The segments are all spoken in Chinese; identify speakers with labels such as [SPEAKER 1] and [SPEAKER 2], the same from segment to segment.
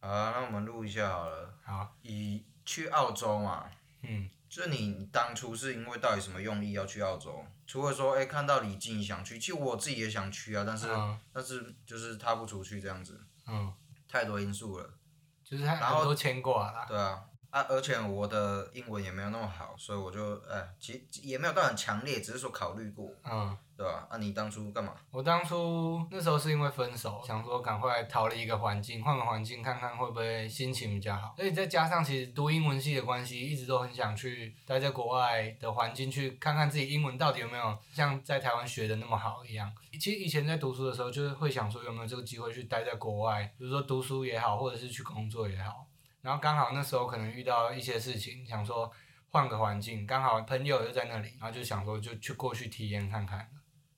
[SPEAKER 1] 好啊，那我们录一下好了。
[SPEAKER 2] 好，啊
[SPEAKER 1] 以去澳洲嘛，
[SPEAKER 2] 嗯，
[SPEAKER 1] 就你当初是因为到底什么用意要去澳洲？除了说，哎、看到李静想去，其实我自己也想去啊，但是、
[SPEAKER 2] 嗯
[SPEAKER 1] 但是就是踏不出去这样子，
[SPEAKER 2] 嗯，
[SPEAKER 1] 太多因素了。
[SPEAKER 2] 就是他
[SPEAKER 1] 然后
[SPEAKER 2] 很多牵挂啦，
[SPEAKER 1] 对啊，啊，而且我的英文也没有那么好，所以我就，哎、其实也没有到很强烈，只是说考虑过，
[SPEAKER 2] 嗯。
[SPEAKER 1] 对吧、啊，你当初干嘛？
[SPEAKER 2] 我当初那时候是因为分手，想说赶快逃离一个环境，换个环境看看会不会心情比较好。所以再加上其实读英文系的关系，一直都很想去待在国外的环境去看看自己英文到底有没有像在台湾学的那么好一样。其实以前在读书的时候，就是会想说有没有这个机会去待在国外，比如说读书也好，或者是去工作也好。然后刚好那时候可能遇到一些事情，想说换个环境，刚好朋友又在那里，然后就想说就去过去体验看看。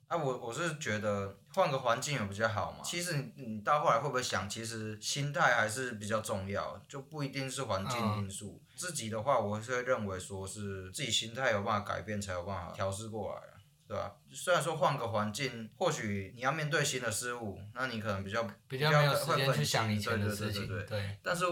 [SPEAKER 1] 啊，我我是觉得换个环境有比较好嘛。其实你你到后来会不会想，其实心态还是比较重要，就不一定是环境因素。自己的话，我是会认为说是自己心态有办法改变，才有办法调试过来啊，对吧、虽然说换个环境，或许你要面对新的事物，那你可能比较
[SPEAKER 2] 比较没有时
[SPEAKER 1] 会
[SPEAKER 2] 间
[SPEAKER 1] 分
[SPEAKER 2] 去想
[SPEAKER 1] 心
[SPEAKER 2] 以前
[SPEAKER 1] 对对
[SPEAKER 2] 的
[SPEAKER 1] 对
[SPEAKER 2] 事情，
[SPEAKER 1] 对对
[SPEAKER 2] 对，
[SPEAKER 1] 但是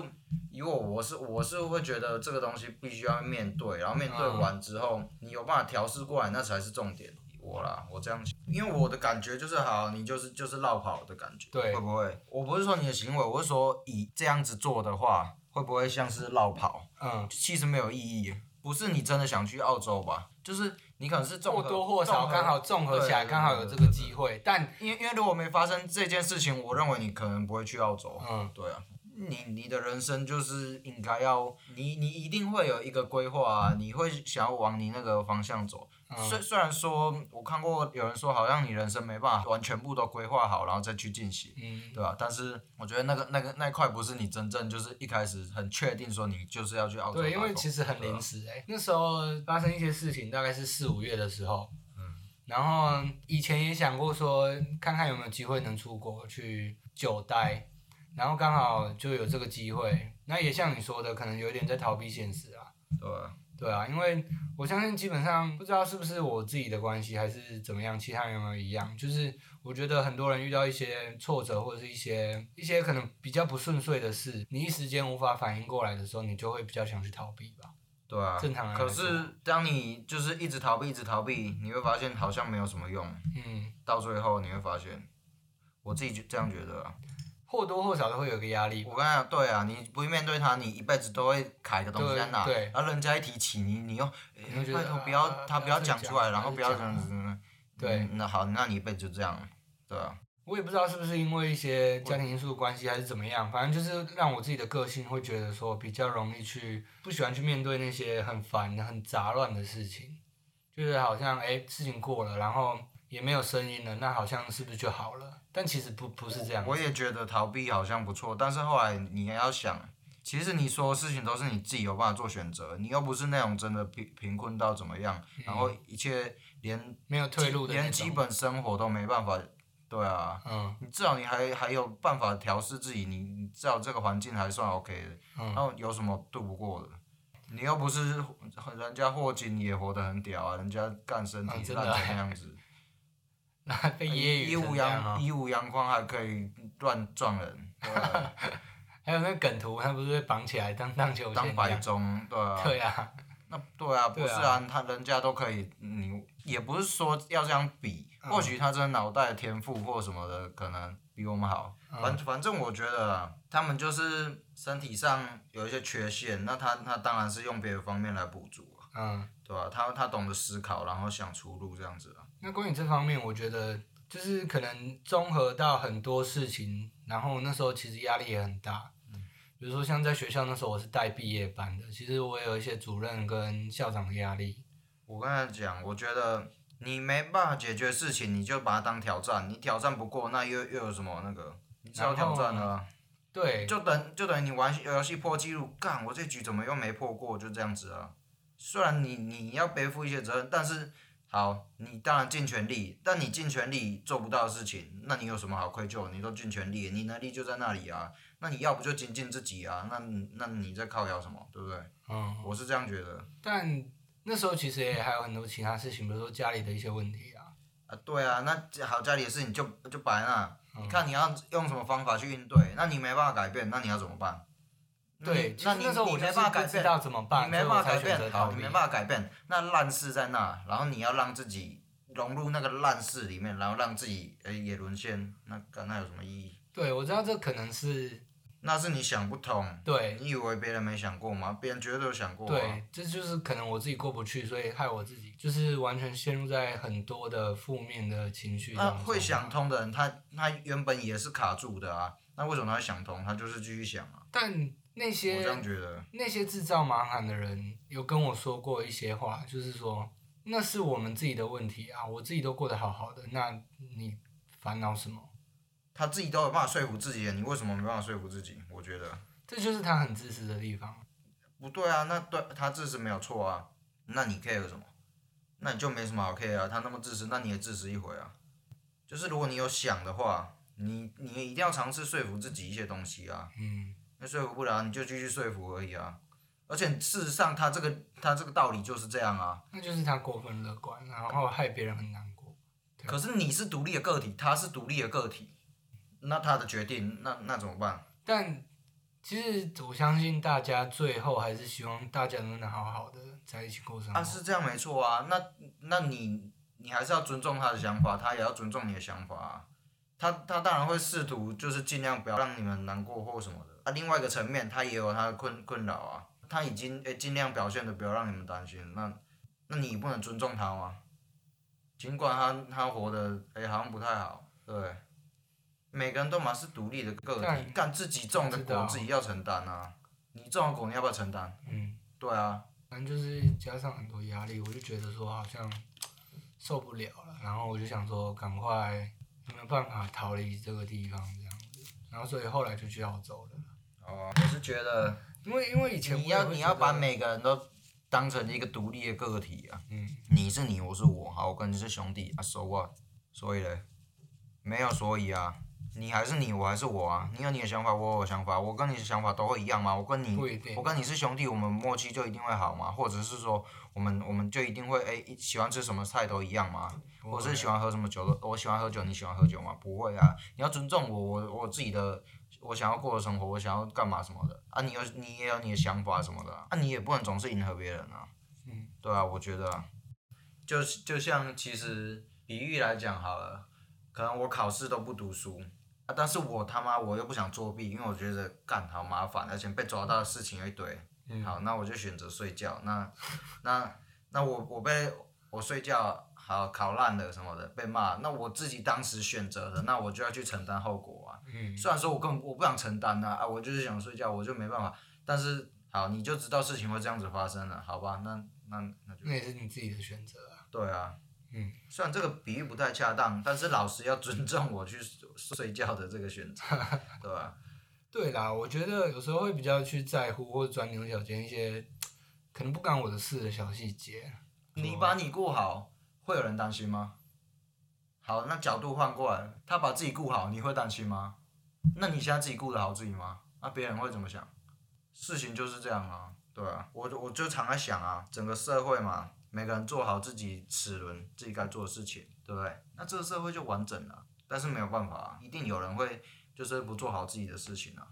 [SPEAKER 1] 以我我是我是会觉得这个东西必须要面对，然后面对
[SPEAKER 2] 嗯
[SPEAKER 1] 完之后，你有办法调试过来，那才是重点。我啦，我这样想，因为我的感觉就是好，你就是就是绕跑的感觉，
[SPEAKER 2] 对
[SPEAKER 1] 会不会？我不是说你的行为，我是说以这样子做的话，会不会像是绕跑？
[SPEAKER 2] 嗯，
[SPEAKER 1] 其实没有意义，不是你真的想去澳洲吧？就是你可能是综合
[SPEAKER 2] 或多或少
[SPEAKER 1] 综合
[SPEAKER 2] 刚好嗯综合起
[SPEAKER 1] 对对
[SPEAKER 2] 来，
[SPEAKER 1] 对
[SPEAKER 2] 刚好有这个机会，但
[SPEAKER 1] 因为因为如果没发生这件事情，我认为你可能不会去澳洲。
[SPEAKER 2] 嗯
[SPEAKER 1] 对啊，你你的人生就是应该要，你你一定会有一个规划啊，你会想要往你那个方向走。虽
[SPEAKER 2] 嗯
[SPEAKER 1] 虽然说我看过有人说，好像你人生没办法完全部都规划好，然后再去进行。
[SPEAKER 2] 嗯，
[SPEAKER 1] 对吧、啊但是我觉得那个、那个、那块不是你真正就是一开始很确定说你就是要去澳洲打工。
[SPEAKER 2] 对，因为其实很
[SPEAKER 1] 对啊
[SPEAKER 2] 临时哎、那时候发生一些事情，大概是四五月的时候，
[SPEAKER 1] 嗯
[SPEAKER 2] 然后以前也想过说，看看有没有机会能出国去久待，然后刚好就有这个机会，那也像你说的，可能有一点在逃避现实啊，
[SPEAKER 1] 对啊
[SPEAKER 2] 对啊，因为我相信基本上不知道是不是我自己的关系，还是怎么样，其他人有没有一样？就是我觉得很多人遇到一些挫折或者是一些一些可能比较不顺遂的事，你一时间无法反应过来的时候，你就会比较想去逃避吧。
[SPEAKER 1] 对啊，
[SPEAKER 2] 正常人来说
[SPEAKER 1] 可是当你就是一直逃避、一直逃避，你会发现好像没有什么用。
[SPEAKER 2] 嗯，
[SPEAKER 1] 到最后你会发现，我自己就这样觉得啊。
[SPEAKER 2] 或多或少都会有一个压力吧。
[SPEAKER 1] 我跟你讲，对啊，你不面对他，你一辈子都会卡一个东西在那，
[SPEAKER 2] 对对
[SPEAKER 1] 然后人家一提起你，你又，
[SPEAKER 2] 你会觉得
[SPEAKER 1] 拜托
[SPEAKER 2] 啊
[SPEAKER 1] 不要、
[SPEAKER 2] 啊
[SPEAKER 1] 他
[SPEAKER 2] 不
[SPEAKER 1] 不
[SPEAKER 2] 要
[SPEAKER 1] 要
[SPEAKER 2] 这
[SPEAKER 1] 讲
[SPEAKER 2] 样
[SPEAKER 1] 出来，
[SPEAKER 2] 讲
[SPEAKER 1] 然后
[SPEAKER 2] 不
[SPEAKER 1] 不
[SPEAKER 2] 要
[SPEAKER 1] 要
[SPEAKER 2] 这
[SPEAKER 1] 这
[SPEAKER 2] 样
[SPEAKER 1] 样子，嗯
[SPEAKER 2] 对
[SPEAKER 1] 那好，那你一辈子就这样，对啊，
[SPEAKER 2] 我也不知道是不是因为一些家庭因素的关系还是怎么样，反正就是让我自己的个性会觉得说比较容易去不喜欢去面对那些很烦、很杂乱的事情，就是好像哎、诶事情过了，然后也没有声音了，那好像是不是就好了？但其实不不是这样
[SPEAKER 1] 我。也觉得逃避好像不错，但是后来你也要想，其实你说的事情都是你自己有办法做选择，你又不是那种真的贫贫困到怎么样，然后一切连
[SPEAKER 2] 嗯没有退路的那
[SPEAKER 1] 连基
[SPEAKER 2] 种。
[SPEAKER 1] 本生活都没办法，对啊，
[SPEAKER 2] 嗯
[SPEAKER 1] 你至少你还还有办法调试自己，你你至少这个环境还算 OK 的，然
[SPEAKER 2] 嗯，
[SPEAKER 1] 后有什么渡不过的？你又不是人家霍金也活得很屌啊，人家干身
[SPEAKER 2] 嗯
[SPEAKER 1] 体
[SPEAKER 2] 真的
[SPEAKER 1] 烂成那样子，
[SPEAKER 2] 那还 被揶
[SPEAKER 1] 一
[SPEAKER 2] 揄
[SPEAKER 1] 五
[SPEAKER 2] 成这样
[SPEAKER 1] 阳
[SPEAKER 2] 啊！
[SPEAKER 1] 一五阳光还可以乱撞人，对 吧
[SPEAKER 2] 还有那个梗图，他不是被绑起来当荡秋千
[SPEAKER 1] 当
[SPEAKER 2] 一
[SPEAKER 1] 白
[SPEAKER 2] 样？
[SPEAKER 1] 中，对啊，
[SPEAKER 2] 对啊，
[SPEAKER 1] 那对啊，不
[SPEAKER 2] 对
[SPEAKER 1] 是
[SPEAKER 2] 啊
[SPEAKER 1] 啊，他人家都可以，你也不是说要这样比，
[SPEAKER 2] 嗯
[SPEAKER 1] 或许他真的脑袋的天赋或什么的，可能比我们好。
[SPEAKER 2] 嗯
[SPEAKER 1] 反反正我觉得啊他们就是身体上有一些缺陷，那他他当然是用别的方面来补足啊，
[SPEAKER 2] 嗯。
[SPEAKER 1] 对吧、他他懂得思考，然后想出路这样子啊。
[SPEAKER 2] 那关于这方面，我觉得就是可能综合到很多事情，然后那时候其实压力也很大。
[SPEAKER 1] 嗯
[SPEAKER 2] 比如说像在学校那时候，我是带毕业班的，其实我也有一些主任跟校长的压力。
[SPEAKER 1] 我刚才讲，我觉得你没办法解决事情，你就把它当挑战，你挑战不过，那又又有什么那个？你只要
[SPEAKER 2] 然
[SPEAKER 1] 挑
[SPEAKER 2] 后
[SPEAKER 1] 战了啊。
[SPEAKER 2] 对，
[SPEAKER 1] 就等就等于你玩游戏破纪录，干我这局怎么又没破过？就这样子啊。虽然你你要背负一些责任，但是好，你当然尽全力，但你尽全力做不到的事情，那你有什么好愧疚？你都尽全力，你能力就在那里啊。那你要不就精进自己啊？那你那你在靠摇什么？对不对？
[SPEAKER 2] 嗯，
[SPEAKER 1] 我是这样觉得
[SPEAKER 2] 但那时候其实也还有很多其他事情，比如说家里的一些问题啊，
[SPEAKER 1] 啊。对啊，那好家里的事情就就摆那，
[SPEAKER 2] 嗯
[SPEAKER 1] 你看你要用什么方法去应对，那你没办法改变，那你要怎么办？
[SPEAKER 2] 对，
[SPEAKER 1] 那
[SPEAKER 2] 其
[SPEAKER 1] 你
[SPEAKER 2] 实那时候
[SPEAKER 1] 你
[SPEAKER 2] 我就
[SPEAKER 1] 没
[SPEAKER 2] 是
[SPEAKER 1] 办法改
[SPEAKER 2] 不知道
[SPEAKER 1] 变，
[SPEAKER 2] 怎么办，
[SPEAKER 1] 你没办法
[SPEAKER 2] 所以
[SPEAKER 1] 改
[SPEAKER 2] 我才选择
[SPEAKER 1] 变，
[SPEAKER 2] 逃
[SPEAKER 1] 好，
[SPEAKER 2] 避。
[SPEAKER 1] 你没办法改变，那烂事在那，然后你要让自己融入那个烂事里面，然后让自己呃也沦陷，那干那有什么意义？
[SPEAKER 2] 对，我知道这可能是
[SPEAKER 1] 那是你想不通，
[SPEAKER 2] 对
[SPEAKER 1] 你以为别人没想过吗？别人绝对有想过啊。
[SPEAKER 2] 对，这就是可能我自己过不去，所以害我自己就是完全陷入在很多的负面的情绪
[SPEAKER 1] 那
[SPEAKER 2] 当中。
[SPEAKER 1] 呃会想通的人，他他原本也是卡住的啊，那为什么他会想通？他就是继续想啊。
[SPEAKER 2] 但那
[SPEAKER 1] 我这
[SPEAKER 2] 些
[SPEAKER 1] 样觉得，
[SPEAKER 2] 那些制造麻烦的人有跟我说过一些话，就是说那是我们自己的问题啊，我自己都过得好好的，那你烦恼什么？
[SPEAKER 1] 他自己都有办法说服自己了，你为什么没办法说服自己？我觉得
[SPEAKER 2] 这就是他很自私的地方。
[SPEAKER 1] 不对啊，那对他自私没有错啊，那你 care 什么？那你就没什么好 care 啊，他那么自私，那你也自私一回啊。就是如果你有想的话，你你一定要尝试说服自己一些东西啊。
[SPEAKER 2] 嗯，
[SPEAKER 1] 那说服不了，啊你就继续说服而已啊。而且事实上，他这个他这个道理就是这样啊。
[SPEAKER 2] 那就是他过分乐观，然后害别人很难过。对
[SPEAKER 1] 可是你是独立的个体，他是独立的个体，那他的决定，那那怎么办？
[SPEAKER 2] 但其实我相信大家最后还是希望大家能好好的在一起过生活。
[SPEAKER 1] 啊，是这样没错啊。那那你你还是要尊重他的想法，他也要尊重你的想法啊。他他当然会试图就是尽量不要让你们难过或什么的。啊，另外一个层面，他也有他的困困扰啊。他已经诶尽量表现的不要让你们担心，那那你不能尊重他吗？尽管他他活的诶好像不太好，对。每个人都嘛是独立的个体，
[SPEAKER 2] 但
[SPEAKER 1] 干自己种的
[SPEAKER 2] 知道
[SPEAKER 1] 果自己要承担啊。你种的果你要不要承担？
[SPEAKER 2] 嗯，
[SPEAKER 1] 对啊，
[SPEAKER 2] 反正就是加上很多压力，我就觉得说好像受不了了，然后我就想说赶快有没有办法逃离这个地方这样子，然后所以后来就去澳洲了。
[SPEAKER 1] 哦，我是觉得
[SPEAKER 2] 因为因为以前
[SPEAKER 1] 你
[SPEAKER 2] 我也
[SPEAKER 1] 要
[SPEAKER 2] 会
[SPEAKER 1] 你
[SPEAKER 2] 觉
[SPEAKER 1] 要把
[SPEAKER 2] 得
[SPEAKER 1] 每个人都当成一个独立的个体啊，
[SPEAKER 2] 嗯
[SPEAKER 1] 你是你，我是我，好，我跟你是兄弟啊，so what？所以嘞，没有所以啊，你还是你，我还是我啊，你有你的想法，我有我的想法，我跟你的想法都会一样吗？我跟
[SPEAKER 2] 不
[SPEAKER 1] 你，
[SPEAKER 2] 一定
[SPEAKER 1] 我跟你是兄弟，我们默契就一定会好吗？或者是说，我们我们就一定会哎、一喜欢吃什么菜都一样吗？
[SPEAKER 2] 不
[SPEAKER 1] 我
[SPEAKER 2] 会
[SPEAKER 1] 是喜欢喝什么酒的，我喜欢喝酒，你喜欢喝酒吗？不会啊，你要尊重我，我我自己的，我想要过的生活，我想要干嘛什么的啊，你有你也有你的想法什么的啊，啊你也不能总是迎合别人啊，
[SPEAKER 2] 嗯，
[SPEAKER 1] 对啊，我觉得、啊，就就像其实比喻来讲好了，可能我考试都不读书。啊！但是我他妈我又不想作弊，因为我觉得干好麻烦，而且被抓到的事情又一堆。
[SPEAKER 2] 嗯
[SPEAKER 1] 好，那我就选择睡觉。那那那我我被我睡觉好考烂了什么的被骂，那我自己当时选择的，那我就要去承担后果啊。
[SPEAKER 2] 嗯
[SPEAKER 1] 虽然说我根本我不想承担呐、啊，我就是想睡觉，我就没办法。但是好，你就知道事情会这样子发生了，好吧？那那那就
[SPEAKER 2] 那也是你自己的选择啊。
[SPEAKER 1] 对啊。
[SPEAKER 2] 嗯，
[SPEAKER 1] 虽然这个比喻不太恰当，但是老师要尊重我去睡睡觉的这个选 择，对吧、
[SPEAKER 2] 对啦，我觉得有时候会比较去在乎或钻牛角尖一些可能不干我的事的小细节。
[SPEAKER 1] 你把你顾好，会有人担心吗？好，那角度换过来，他把自己顾好，你会担心吗？那你现在自己顾得好自己吗？那别人会怎么想？事情就是这样啊，对啊，我就我就常在想啊，整个社会嘛，每个人做好自己齿轮，自己该做的事情，对不对？那这个社会就完整了。但是没有办法、啊，一定有人会就是不做好自己的事情啊。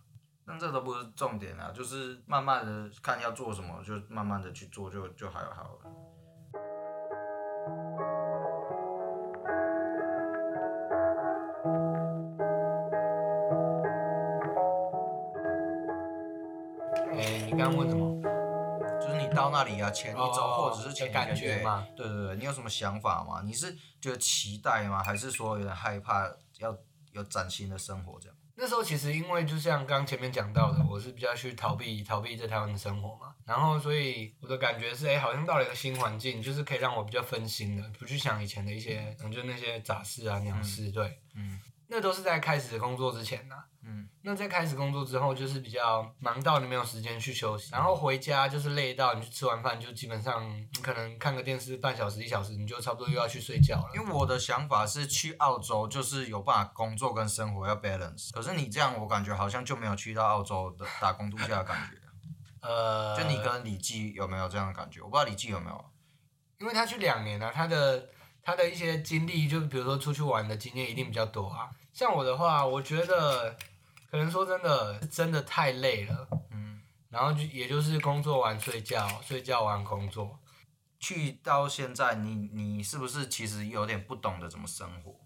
[SPEAKER 1] 但这都不是重点啊，就是慢慢的看要做什么，就慢慢的去做就就还好了。
[SPEAKER 2] 哎、你刚刚问什么？
[SPEAKER 1] 就是你到那里啊，前一周
[SPEAKER 2] 哦
[SPEAKER 1] 或者是前一个
[SPEAKER 2] 的感
[SPEAKER 1] 月
[SPEAKER 2] 觉嘛？
[SPEAKER 1] 对对对，你有什么想法吗？你是觉得期待吗？还是说有点害怕要有崭新的生活这样？
[SPEAKER 2] 那时候其实因为就像刚前面讲到的，我是比较去逃避逃避在台湾的生活嘛，然后所以我的感觉是，哎、好像到了一个新环境，就是可以让我比较分心了，不去想以前的一些，嗯就那些杂事啊、鸟事，对，
[SPEAKER 1] 嗯
[SPEAKER 2] 那都是在开始工作之前呐、
[SPEAKER 1] 嗯，
[SPEAKER 2] 那在开始工作之后，就是比较忙到你没有时间去休
[SPEAKER 1] 嗯
[SPEAKER 2] 息，然后回家就是累到你去吃完饭，就基本上你可能看个电视半小时一小时，你就差不多又要去睡觉了。
[SPEAKER 1] 因为我的想法是去澳洲就是有办法工作跟生活要 balance，可是你这样我感觉好像就没有去到澳洲的打工度假的感觉。
[SPEAKER 2] 呃，
[SPEAKER 1] 就你跟李记有没有这样的感觉？我不知道李记有没啊有。
[SPEAKER 2] 因为他去两年了、他的他的一些经历，就比如说出去玩的经验一定比较多啊。像我的话，我觉得可能说真的，是真的太累了，
[SPEAKER 1] 嗯，
[SPEAKER 2] 然后就也就是工作完睡觉，睡觉完工作。
[SPEAKER 1] 去到现在，你你是不是其实有点不懂得怎么生活？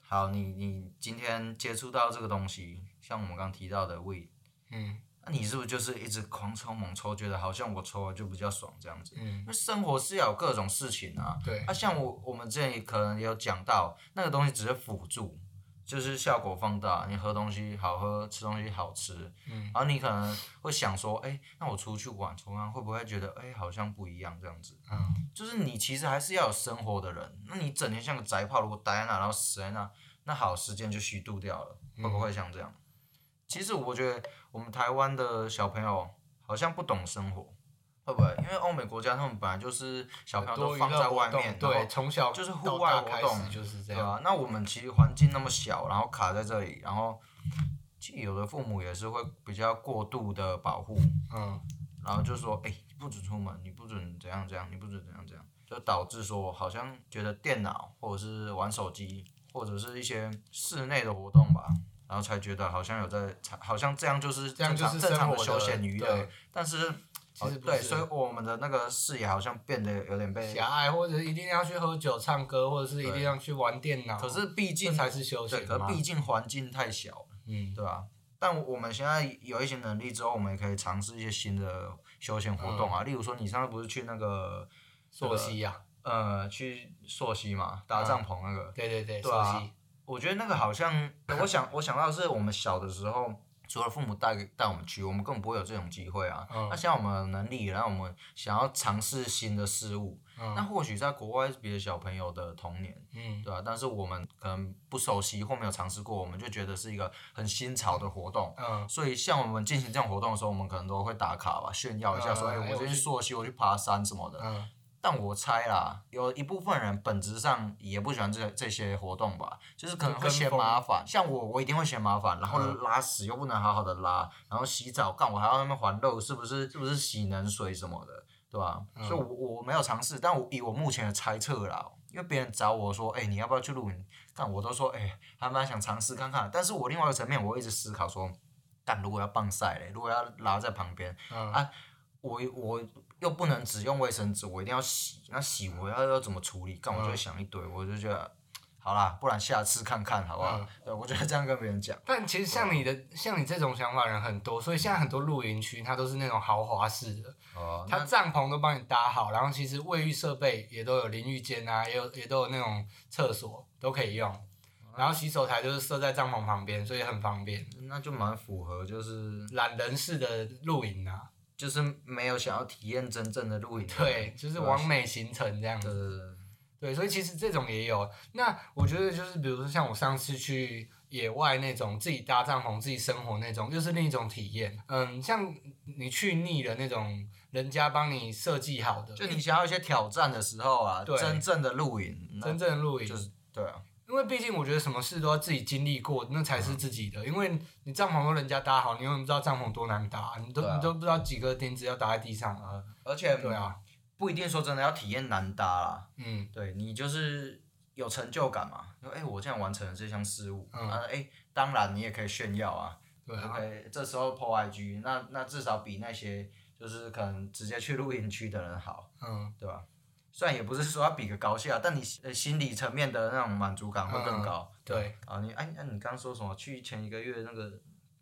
[SPEAKER 1] 好，你你今天接触到这个东西，像我们刚提到的 weed，
[SPEAKER 2] 嗯
[SPEAKER 1] 那你是不是就是一直狂抽猛抽，觉得好像我抽了就比较爽这样子？因
[SPEAKER 2] 嗯，
[SPEAKER 1] 为生活是要有各种事情啊，
[SPEAKER 2] 对
[SPEAKER 1] 啊，像我我们之前也可能也有讲到，那个东西只是辅助，就是效果放大。你喝东西好喝，吃东西好吃，
[SPEAKER 2] 嗯
[SPEAKER 1] 然后你可能会想说，哎、那我出去玩，出玩会不会觉得，哎、好像不一样这样子？
[SPEAKER 2] 嗯，
[SPEAKER 1] 就是你其实还是要有生活的人，那你整天像个宅炮，如果待在那，然后死在那，那好，时间就虚度掉了，会
[SPEAKER 2] 嗯
[SPEAKER 1] 不会像这样？其实我觉得我们台湾的小朋友好像不懂生活，会不会？因为欧美国家他们本来就是小朋友
[SPEAKER 2] 多
[SPEAKER 1] 都
[SPEAKER 2] 娱
[SPEAKER 1] 放在
[SPEAKER 2] 乐活
[SPEAKER 1] 外
[SPEAKER 2] 动，
[SPEAKER 1] 面，然后
[SPEAKER 2] 对，从小
[SPEAKER 1] 就是户
[SPEAKER 2] 到
[SPEAKER 1] 外
[SPEAKER 2] 大
[SPEAKER 1] 活
[SPEAKER 2] 开
[SPEAKER 1] 动
[SPEAKER 2] 始就是这
[SPEAKER 1] 对
[SPEAKER 2] 样。
[SPEAKER 1] 啊，那我们其实环境那么小，然后卡在这里，然后其实有的父母也是会比较过度的保护，
[SPEAKER 2] 嗯，
[SPEAKER 1] 然后就说，哎、你不准出门，你不准怎样怎样，你不准怎样怎样，就导致说好像觉得电脑或者是玩手机或者是一些室内的活动吧，然后才觉得好像有在，好像这样就是
[SPEAKER 2] 这样
[SPEAKER 1] 正
[SPEAKER 2] 就
[SPEAKER 1] 常
[SPEAKER 2] 是
[SPEAKER 1] 正
[SPEAKER 2] 生
[SPEAKER 1] 常
[SPEAKER 2] 活
[SPEAKER 1] 的休闲娱乐
[SPEAKER 2] 对，
[SPEAKER 1] 但是。哦
[SPEAKER 2] 其实不
[SPEAKER 1] 对，
[SPEAKER 2] 是
[SPEAKER 1] 所以我们的那个视野好像变得有点被
[SPEAKER 2] 狭隘，或者一定要去喝酒、唱歌，或者是一定要去玩电脑。
[SPEAKER 1] 可是毕
[SPEAKER 2] 这
[SPEAKER 1] 竟
[SPEAKER 2] 才是休
[SPEAKER 1] 对，
[SPEAKER 2] 闲
[SPEAKER 1] 可
[SPEAKER 2] 嘛。
[SPEAKER 1] 毕竟环境太小了，
[SPEAKER 2] 嗯，
[SPEAKER 1] 对吧、但我们现在有一些能力之后，我们也可以尝试一些新的休闲活动啊，例如说你上次不是去那个
[SPEAKER 2] 朔溪呀，
[SPEAKER 1] 呃去朔溪嘛，搭帐篷那个，
[SPEAKER 2] 对对
[SPEAKER 1] 对
[SPEAKER 2] 对，朔
[SPEAKER 1] 啊
[SPEAKER 2] 溪。
[SPEAKER 1] 我觉得那个好像，哎我想我想到的是我们小的时候。除了父母带给带我们去，我们根本不会有这种机会啊。那、
[SPEAKER 2] 嗯
[SPEAKER 1] 现在我们有能力，然后我们想要尝试新的事物，那
[SPEAKER 2] 嗯
[SPEAKER 1] 或许在国外是别的小朋友的童年，
[SPEAKER 2] 嗯，
[SPEAKER 1] 对啊，但是我们可能不熟悉或没有尝试过，我们就觉得是一个很新潮的活动。
[SPEAKER 2] 嗯，
[SPEAKER 1] 所以像我们进行这种活动的时候，我们可能都会打卡吧，炫耀一下，
[SPEAKER 2] 嗯
[SPEAKER 1] 说：“哎、
[SPEAKER 2] 哎
[SPEAKER 1] 我
[SPEAKER 2] 我
[SPEAKER 1] 今天
[SPEAKER 2] 去
[SPEAKER 1] 溯溪，我去爬山什么的。
[SPEAKER 2] 嗯，
[SPEAKER 1] 但我猜啦，有一部分人本质上也不喜欢这这些活动吧，就是可能会
[SPEAKER 2] 就跟
[SPEAKER 1] 嫌
[SPEAKER 2] 风
[SPEAKER 1] 麻烦。像我，我一定会嫌麻烦，然后
[SPEAKER 2] 嗯
[SPEAKER 1] 拉屎又不能好好的拉，然后洗澡干我还要在那边还肉，是不是？是不是洗冷水什么的，对吧、
[SPEAKER 2] 嗯
[SPEAKER 1] 所以我我没有尝试，但我以我目前的猜测啦，因为别人找我说，哎、你要不要去露营？干我都说，哎、还蛮想尝试看看。但是我另外一个层面，我会一直思考说，干如果要棒晒嘞，如果要拉在旁边，
[SPEAKER 2] 嗯
[SPEAKER 1] 啊，我我又不能只用卫生纸，我一定要洗，那洗我要要怎么处理？干我就会
[SPEAKER 2] 嗯
[SPEAKER 1] 想一堆，我就觉得，好啦，不然下次看看好不好？
[SPEAKER 2] 嗯
[SPEAKER 1] 对，我就这样跟别人讲。
[SPEAKER 2] 但其实像你的，像你这种想法的人很多，所以现在很多露营区它都是那种豪华式的，
[SPEAKER 1] 哦，
[SPEAKER 2] 它帐篷都帮你搭好，然后其实卫浴设备也都有淋浴间啊，也有也都有那种厕所都可以用，然后洗手台就是设在帐篷旁边，所以很方便。
[SPEAKER 1] 那就蛮符合，就是
[SPEAKER 2] 懒人式的露营啊，
[SPEAKER 1] 就是没有想要体验真正的呃露营。
[SPEAKER 2] 对，就是完美行程这样
[SPEAKER 1] 对对
[SPEAKER 2] 子。
[SPEAKER 1] 对
[SPEAKER 2] 对，所以其实这种也有。那我觉得就是，比如说像我上次去野外那种自己搭帐篷、自己生活那种，又是另一种体验。嗯，像你去腻了那种人家帮你设计好的，
[SPEAKER 1] 就你想要一些挑战的时候啊，
[SPEAKER 2] 对
[SPEAKER 1] 真正的露营，那
[SPEAKER 2] 真正的露营，
[SPEAKER 1] 就是对啊，
[SPEAKER 2] 因为毕竟我觉得什么事都要自己经历过，那才是
[SPEAKER 1] 嗯
[SPEAKER 2] 自己的。因为你帐篷都人家搭好，你永远不知道帐篷多难搭，你都、
[SPEAKER 1] 对啊
[SPEAKER 2] 你都不知道几个钉子要打在地上啊。
[SPEAKER 1] 而且
[SPEAKER 2] 对啊，
[SPEAKER 1] 不一定说真的要体验难搭啦，
[SPEAKER 2] 嗯
[SPEAKER 1] 对你就是有成就感嘛，说哎、我这样完成了这项事物、
[SPEAKER 2] 嗯
[SPEAKER 1] 啊，哎、当然你也可以炫耀啊，
[SPEAKER 2] 对
[SPEAKER 1] 就
[SPEAKER 2] 啊，
[SPEAKER 1] 可以这时候 PO IG，那那至少比那些就是可能直接去露营区的人好，
[SPEAKER 2] 嗯，
[SPEAKER 1] 对吧？虽然也不是说要比个高下，但你呃心理层面的那种满足感会更高。
[SPEAKER 2] 嗯对，
[SPEAKER 1] 啊，你哎，那、你刚说什么？去前一个月那个，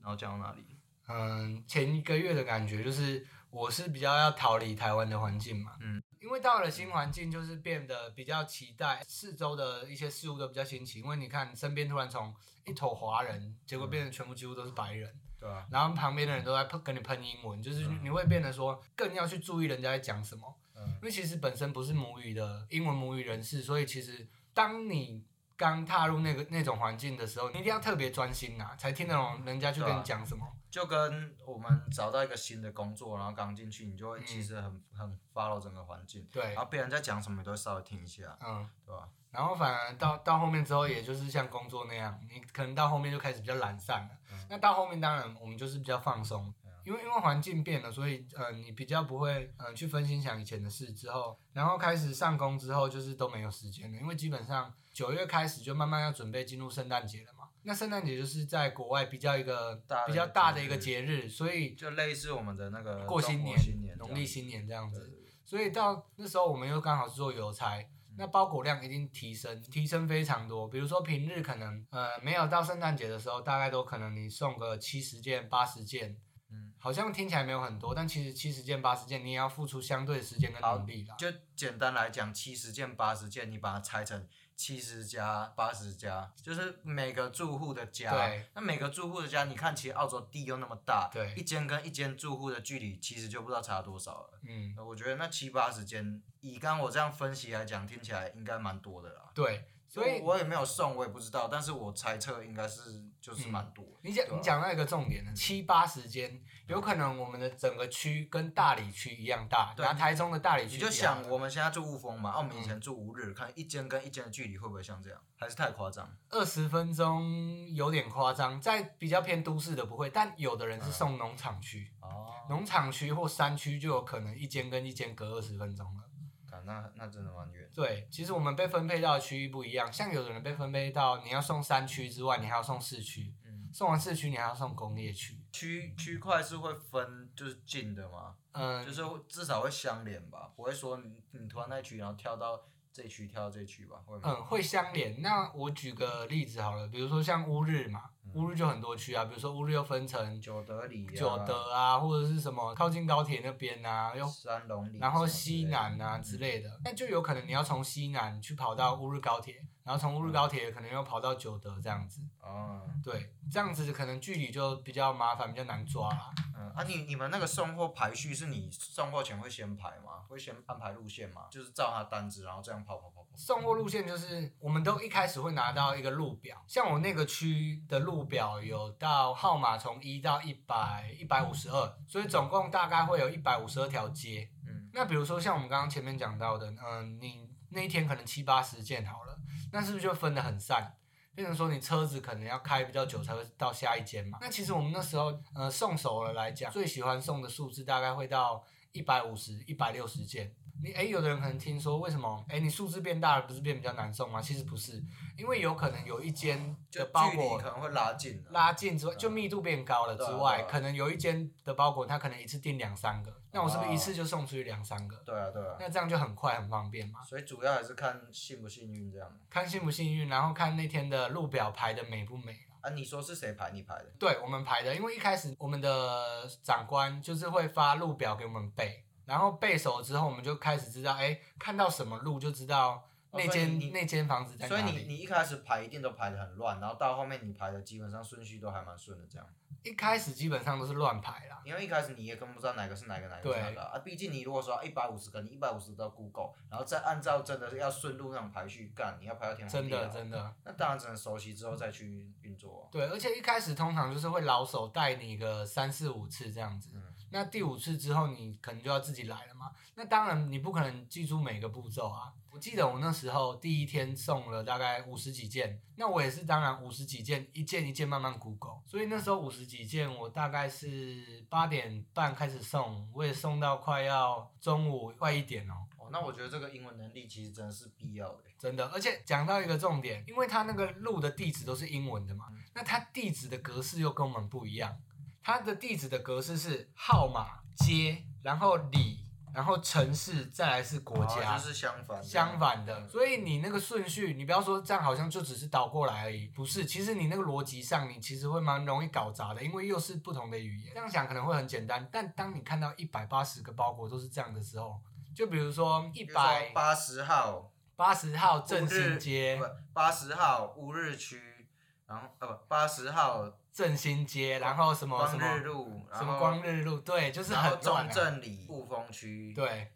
[SPEAKER 1] 然后讲到哪里？
[SPEAKER 2] 嗯，前一个月的感觉就是我是比较要逃离台湾的环境嘛，
[SPEAKER 1] 嗯，
[SPEAKER 2] 因为到了新环境就是变得比较期待，四周的一些事物都比较新奇，因为你看身边突然从一头华人，结
[SPEAKER 1] 嗯
[SPEAKER 2] 果变成全部几乎都是白人，
[SPEAKER 1] 对啊，
[SPEAKER 2] 然后旁边的人都在喷跟你喷英文，就是
[SPEAKER 1] 嗯
[SPEAKER 2] 你会变得说更要去注意人家在讲什么，
[SPEAKER 1] 嗯
[SPEAKER 2] 因为其实本身不是母语的英文母语人士，所以其实当你刚踏入那个那种环境的时候，你一定要特别专心呐、才听得懂人家去跟
[SPEAKER 1] 对
[SPEAKER 2] 你
[SPEAKER 1] 啊
[SPEAKER 2] 讲什么。
[SPEAKER 1] 就跟我们找到一个新的工作，然后刚进去，你就会
[SPEAKER 2] 嗯
[SPEAKER 1] 其实很、很 follow 整个环境，
[SPEAKER 2] 对
[SPEAKER 1] 然，后别人在讲什么，你都会稍微听一下，
[SPEAKER 2] 嗯，
[SPEAKER 1] 啊对吧？
[SPEAKER 2] 然后反而到到后面之后，也就是像工作那样，你可能到后面就开始比较懒散了。
[SPEAKER 1] 嗯
[SPEAKER 2] 那到后面当然我们就是比较放松，因为因为环境变了，所以呃你比较不会呃去分心想以前的事之后，然后开始上工之后就是都没有时间了，因为基本上九月开始就慢慢要准备进入圣诞节了嘛。那圣诞节就是在国外比较一个
[SPEAKER 1] 大的
[SPEAKER 2] 比较大的
[SPEAKER 1] 节
[SPEAKER 2] 一个
[SPEAKER 1] 日
[SPEAKER 2] 节日，所以
[SPEAKER 1] 就类似我们的那个
[SPEAKER 2] 过
[SPEAKER 1] 中
[SPEAKER 2] 新
[SPEAKER 1] 国
[SPEAKER 2] 年
[SPEAKER 1] 呃新年、
[SPEAKER 2] 农历新年这样
[SPEAKER 1] 对
[SPEAKER 2] 子
[SPEAKER 1] 对。对嗯
[SPEAKER 2] 所以到那时候我们又刚好是做邮差，那包裹量一定提升，提升非常多。比如说平日可能呃没有到圣诞节的时候，大概都可能你送个七十件、八十件，
[SPEAKER 1] 嗯，
[SPEAKER 2] 好像听起来没有很多，但其实七十件、八十件你也要付出相对的时间跟
[SPEAKER 1] 好
[SPEAKER 2] 努力啦。
[SPEAKER 1] 就简单来讲，七十件、八十件，你把它拆成七十家、八十家，就是每个住户的家
[SPEAKER 2] 对。
[SPEAKER 1] 那每个住户的家，你看，其实澳洲地又那么大，
[SPEAKER 2] 对
[SPEAKER 1] 一间跟一间住户的距离其实就不知道差多少了。呃
[SPEAKER 2] 嗯，
[SPEAKER 1] 那我觉得那七八十间，以刚我这样分析来讲，听起来应该蛮多的啦。
[SPEAKER 2] 对，所以
[SPEAKER 1] 我我也没有送，我也不知道，但是我猜测应该是就是蛮多。
[SPEAKER 2] 你讲
[SPEAKER 1] 对啊
[SPEAKER 2] 你讲到一个重点了，七八十间，有可能我们的整个区跟大理区一样大，
[SPEAKER 1] 对
[SPEAKER 2] 拿台中的嗯大理
[SPEAKER 1] 你
[SPEAKER 2] 区一样
[SPEAKER 1] 就
[SPEAKER 2] 大
[SPEAKER 1] 想我们现在住雾峰嘛，啊，我们以前住乌日，看一间跟一间的距离会不会像这样，还是太夸张？
[SPEAKER 2] 二十分钟有点夸张，在比较偏都市的不会，但有的人是送农场区，
[SPEAKER 1] 哦，
[SPEAKER 2] 农场区或山区就有可能一间跟一间隔二十分钟了。
[SPEAKER 1] 看那那真的蛮远。
[SPEAKER 2] 对，其实我们被分配到的区域不一样，像有的人被分配到你要送山区之外，你还要送市区，
[SPEAKER 1] 嗯
[SPEAKER 2] 送完市区你还要送工业区，
[SPEAKER 1] 区区块是会分就是近的嘛，
[SPEAKER 2] 嗯，
[SPEAKER 1] 就是至少会相连吧，不会说你你突然那区，然后跳到这区，跳到这区吧，会吗？
[SPEAKER 2] 嗯，会相连。那我举个例子好了，比如说像乌日嘛，
[SPEAKER 1] 嗯
[SPEAKER 2] 乌日就很多区啊，比如说乌日又分成
[SPEAKER 1] 九德里、啊、
[SPEAKER 2] 嗯九德啊，或者是什么靠近高铁那边啊，又
[SPEAKER 1] 三龙里，
[SPEAKER 2] 然后西南啊之类的，那就有可能你要从西南去跑到乌日高铁，然后从乌日高铁可能又跑到九德这样子，
[SPEAKER 1] 哦，
[SPEAKER 2] 对，这样子可能距离就比较麻烦，比较难抓啦。
[SPEAKER 1] 嗯啊你，你们那个送货排序是你送货前会先排吗？会先安排路线吗？就是照他单子，然后这样跑跑跑跑。
[SPEAKER 2] 送货路线就是我们都一开始会拿到一个路表，像我那个区的路表有到号码从一到一百一百五十二，所以总共大概会有一百五十二条街。
[SPEAKER 1] 嗯，
[SPEAKER 2] 那比如说像我们刚刚前面讲到的，嗯、你那一天可能七八十件好了，那是不是就分得很散？变成说你车子可能要开比较久才会到下一间嘛？那其实我们那时候呃送熟了来讲，最喜欢送的数字大概会到一百五十、一百六十件。你诶，有的人可能听说为什么诶，你数字变大了，不是变比较难送吗？其实不是，因为有可能有一间
[SPEAKER 1] 就
[SPEAKER 2] 的包
[SPEAKER 1] 距离
[SPEAKER 2] 裹
[SPEAKER 1] 可能会拉近了。
[SPEAKER 2] 拉近之外，就密度变高了
[SPEAKER 1] 对啊
[SPEAKER 2] 之
[SPEAKER 1] 对
[SPEAKER 2] 外，
[SPEAKER 1] 啊
[SPEAKER 2] 可能有一间的包裹它可能一次订两三个，那我是不
[SPEAKER 1] 啊
[SPEAKER 2] 是一次就送出去两三个？
[SPEAKER 1] 对啊，对啊。
[SPEAKER 2] 那这样就很快很方便嘛。
[SPEAKER 1] 所以主要还是看幸不幸运这样。
[SPEAKER 2] 看幸不幸运，然后看那天的路表排的美不美。
[SPEAKER 1] 啊，你说是谁排？你排的？
[SPEAKER 2] 对我们排的，因为一开始我们的长官就是会发路表给我们背，然后背熟之后，我们就开始知道，哎，看到什么路就知道
[SPEAKER 1] 哦
[SPEAKER 2] 那
[SPEAKER 1] 所以
[SPEAKER 2] 间、
[SPEAKER 1] 你
[SPEAKER 2] 那间房子在
[SPEAKER 1] 所以
[SPEAKER 2] 哪
[SPEAKER 1] 你
[SPEAKER 2] 里。
[SPEAKER 1] 你一开始排一定都排的很乱，然后到后面你排的基本上顺序都还蛮顺的这样。
[SPEAKER 2] 一开始基本上都是乱排啦，
[SPEAKER 1] 因为一开始你也根本不知道哪个是哪个哪个是哪个啊，啊毕竟你如果说一百五十个，你一百五十到 Google，然后再按照真的是要顺路那种排序干，你要排到天荒
[SPEAKER 2] 真
[SPEAKER 1] 地老
[SPEAKER 2] 的。真的。
[SPEAKER 1] 那当然只能熟悉之后再去运作、啊
[SPEAKER 2] 对，而且一开始通常就是会老手带你个三四五次这样子，
[SPEAKER 1] 嗯
[SPEAKER 2] 那第五次之后你可能就要自己来了嘛。那当然你不可能记住每个步骤啊。我记得我那时候第一天送了大概五十几件，那我也是当然五十几件一件一件慢慢 Google，所以那时候五十几件我大概是八点半开始送，我也送到快要中午快一点哦。
[SPEAKER 1] 哦，那我觉得这个英文能力其实真的是必要的。
[SPEAKER 2] 真的，而且讲到一个重点，因为它那个路的地址都是英文的
[SPEAKER 1] 嗯
[SPEAKER 2] 嘛，那它地址的格式又跟我们不一样，它的地址的格式是号码、街，然后里，然后城市，再来是国家。
[SPEAKER 1] 哦就是相反的。
[SPEAKER 2] 相反的，所以你那个顺序，你不要说这样好像就只是倒过来而已，不是，其实你那个逻辑上，你其实会蛮容易搞砸的，因为又是不同的语言。这样想可能会很简单，但当你看到一百八十个包裹都是这样的时候，就比如说一
[SPEAKER 1] 比如
[SPEAKER 2] 百
[SPEAKER 1] 说八十号，
[SPEAKER 2] 八十号
[SPEAKER 1] 正
[SPEAKER 2] 振兴街
[SPEAKER 1] 不，八十号乌日区，然后呃不八十号
[SPEAKER 2] 振兴街，然后什么什
[SPEAKER 1] 光日
[SPEAKER 2] 么
[SPEAKER 1] 路，然
[SPEAKER 2] 什么
[SPEAKER 1] 后
[SPEAKER 2] 光日路，对，就是
[SPEAKER 1] 然后
[SPEAKER 2] 很乱
[SPEAKER 1] 中
[SPEAKER 2] 啊。
[SPEAKER 1] 正里、雾峰区、
[SPEAKER 2] 对，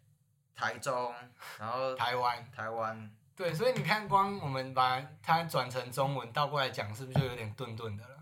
[SPEAKER 1] 台中，然后
[SPEAKER 2] 台湾，
[SPEAKER 1] 台湾，
[SPEAKER 2] 对，所以你看，光我们把它转成中文倒过来讲，是不是就有点顿顿的了？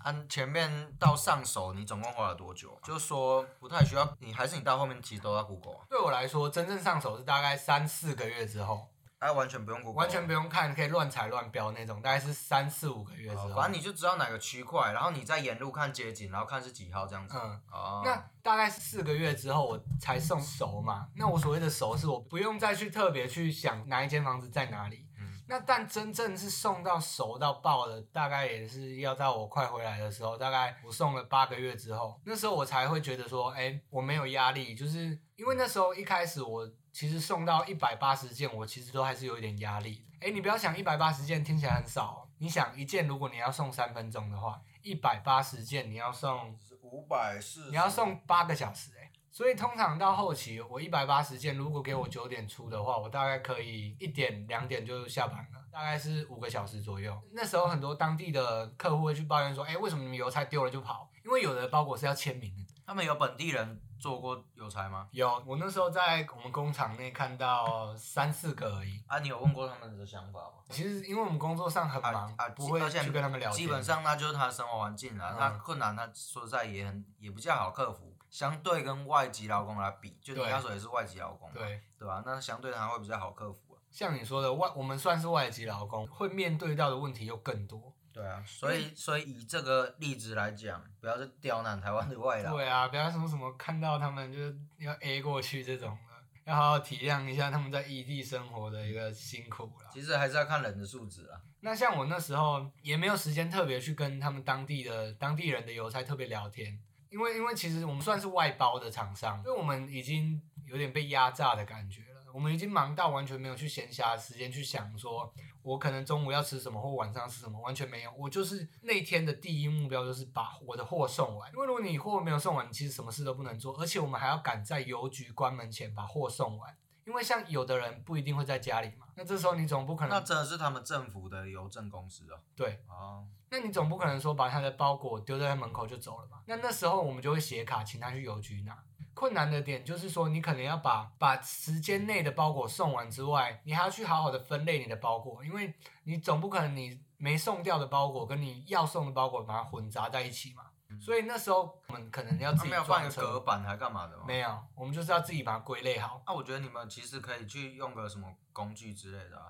[SPEAKER 1] 按啊前面到上手，你总共花了多久啊？就是说不太需要，你还是你到后面其实都要 Google 啊，
[SPEAKER 2] 对我来说，真正上手是大概三四个月之后，
[SPEAKER 1] 哎，完全不用 Google，
[SPEAKER 2] 完全不用看，可以乱踩乱标那种，大概是三四五个月之
[SPEAKER 1] 哦
[SPEAKER 2] 后。
[SPEAKER 1] 反正你就知道哪个区块，然后你再沿路看街景，然后看是几号这样子。
[SPEAKER 2] 嗯，
[SPEAKER 1] 哦，
[SPEAKER 2] 那大概是四个月之后我才送熟嘛。那我所谓的熟，是我不用再去特别去想哪一间房子在哪里。
[SPEAKER 1] 嗯
[SPEAKER 2] 那但真正是送到熟到爆的，大概也是要到我快回来的时候，大概我送了八个月之后，那时候我才会觉得说，哎、我没有压力，就是因为那时候一开始我其实送到一百八十件，我其实都还是有一点压力的。哎、你不要想一百八十件听起来很少哦、你想一件如果你要送三分钟的话，一百八十件你要送
[SPEAKER 1] 五百四，
[SPEAKER 2] 你要送八个小时哎、所以通常到后期，我一百八十件，如果给我九点出的话，我大概可以一点两点就下班了，大概是五个小时左右。那时候很多当地的客户会去抱怨说，哎、为什么你们邮差丢了就跑？因为有的包裹是要签名的。
[SPEAKER 1] 他们有本地人做过邮差吗？
[SPEAKER 2] 有，我那时候在我们工厂内看到三四个而已。
[SPEAKER 1] 啊，你有问过他们的想法吗？
[SPEAKER 2] 其实因为我们工作上很忙，
[SPEAKER 1] 啊啊
[SPEAKER 2] 不会
[SPEAKER 1] 而且
[SPEAKER 2] 去跟他们聊天。
[SPEAKER 1] 基本上那就是他的生活环境啦，
[SPEAKER 2] 嗯
[SPEAKER 1] 他困难他说实在也很也不较好克服，相对跟外籍劳工来比，就你
[SPEAKER 2] 对
[SPEAKER 1] 那时候也是外籍劳工嘛，
[SPEAKER 2] 对。
[SPEAKER 1] 对吧、那相对他会比较好克服啊。
[SPEAKER 2] 像你说的外，我们算是外籍劳工，会面对到的问题又更多。
[SPEAKER 1] 对啊，所以所以以这个例子来讲，不要去刁难台湾的外劳，
[SPEAKER 2] 对啊，不要什么什么看到他们就是要 A 过去这种的，要好好体谅一下他们在异地生活的一个辛苦啦。
[SPEAKER 1] 其实还是要看人的素质啊。
[SPEAKER 2] 那像我那时候也没有时间特别去跟他们当地的当地人的邮差特别聊天，因为因为其实我们算是外包的厂商，所以我们已经有点被压榨的感觉了。我们已经忙到完全没有去闲暇的时间去想说，我可能中午要吃什么或晚上吃什么，完全没有。我就是那天的第一目标就是把我的货送完，因为如果你货没有送完，你其实什么事都不能做，而且我们还要赶在邮局关门前把货送完。因为像有的人不一定会在家里嘛，那这时候你总不可
[SPEAKER 1] 那
[SPEAKER 2] 能
[SPEAKER 1] 真的是他们政府的邮政公司哦。
[SPEAKER 2] 对，
[SPEAKER 1] 哦，
[SPEAKER 2] 那你总不可能说把他的包裹丢在他门口就走了嘛？那那时候我们就会写卡请他去邮局拿。困难的点就是说，你可能要把把时间内的包裹送完之外，你还要去好好的分类你的包裹，因为你总不可能你没送掉的包裹跟你要送的包裹把它混杂在一起嘛。所以那时候我们可能要
[SPEAKER 1] 嗯他
[SPEAKER 2] 自己
[SPEAKER 1] 们要放
[SPEAKER 2] 装
[SPEAKER 1] 一个隔
[SPEAKER 2] 车，
[SPEAKER 1] 板还干嘛的吗？哦啊
[SPEAKER 2] 没有，我们就是要自己把它归类好。
[SPEAKER 1] 那、我觉得你们其实可以去用个什么工具之类的啊，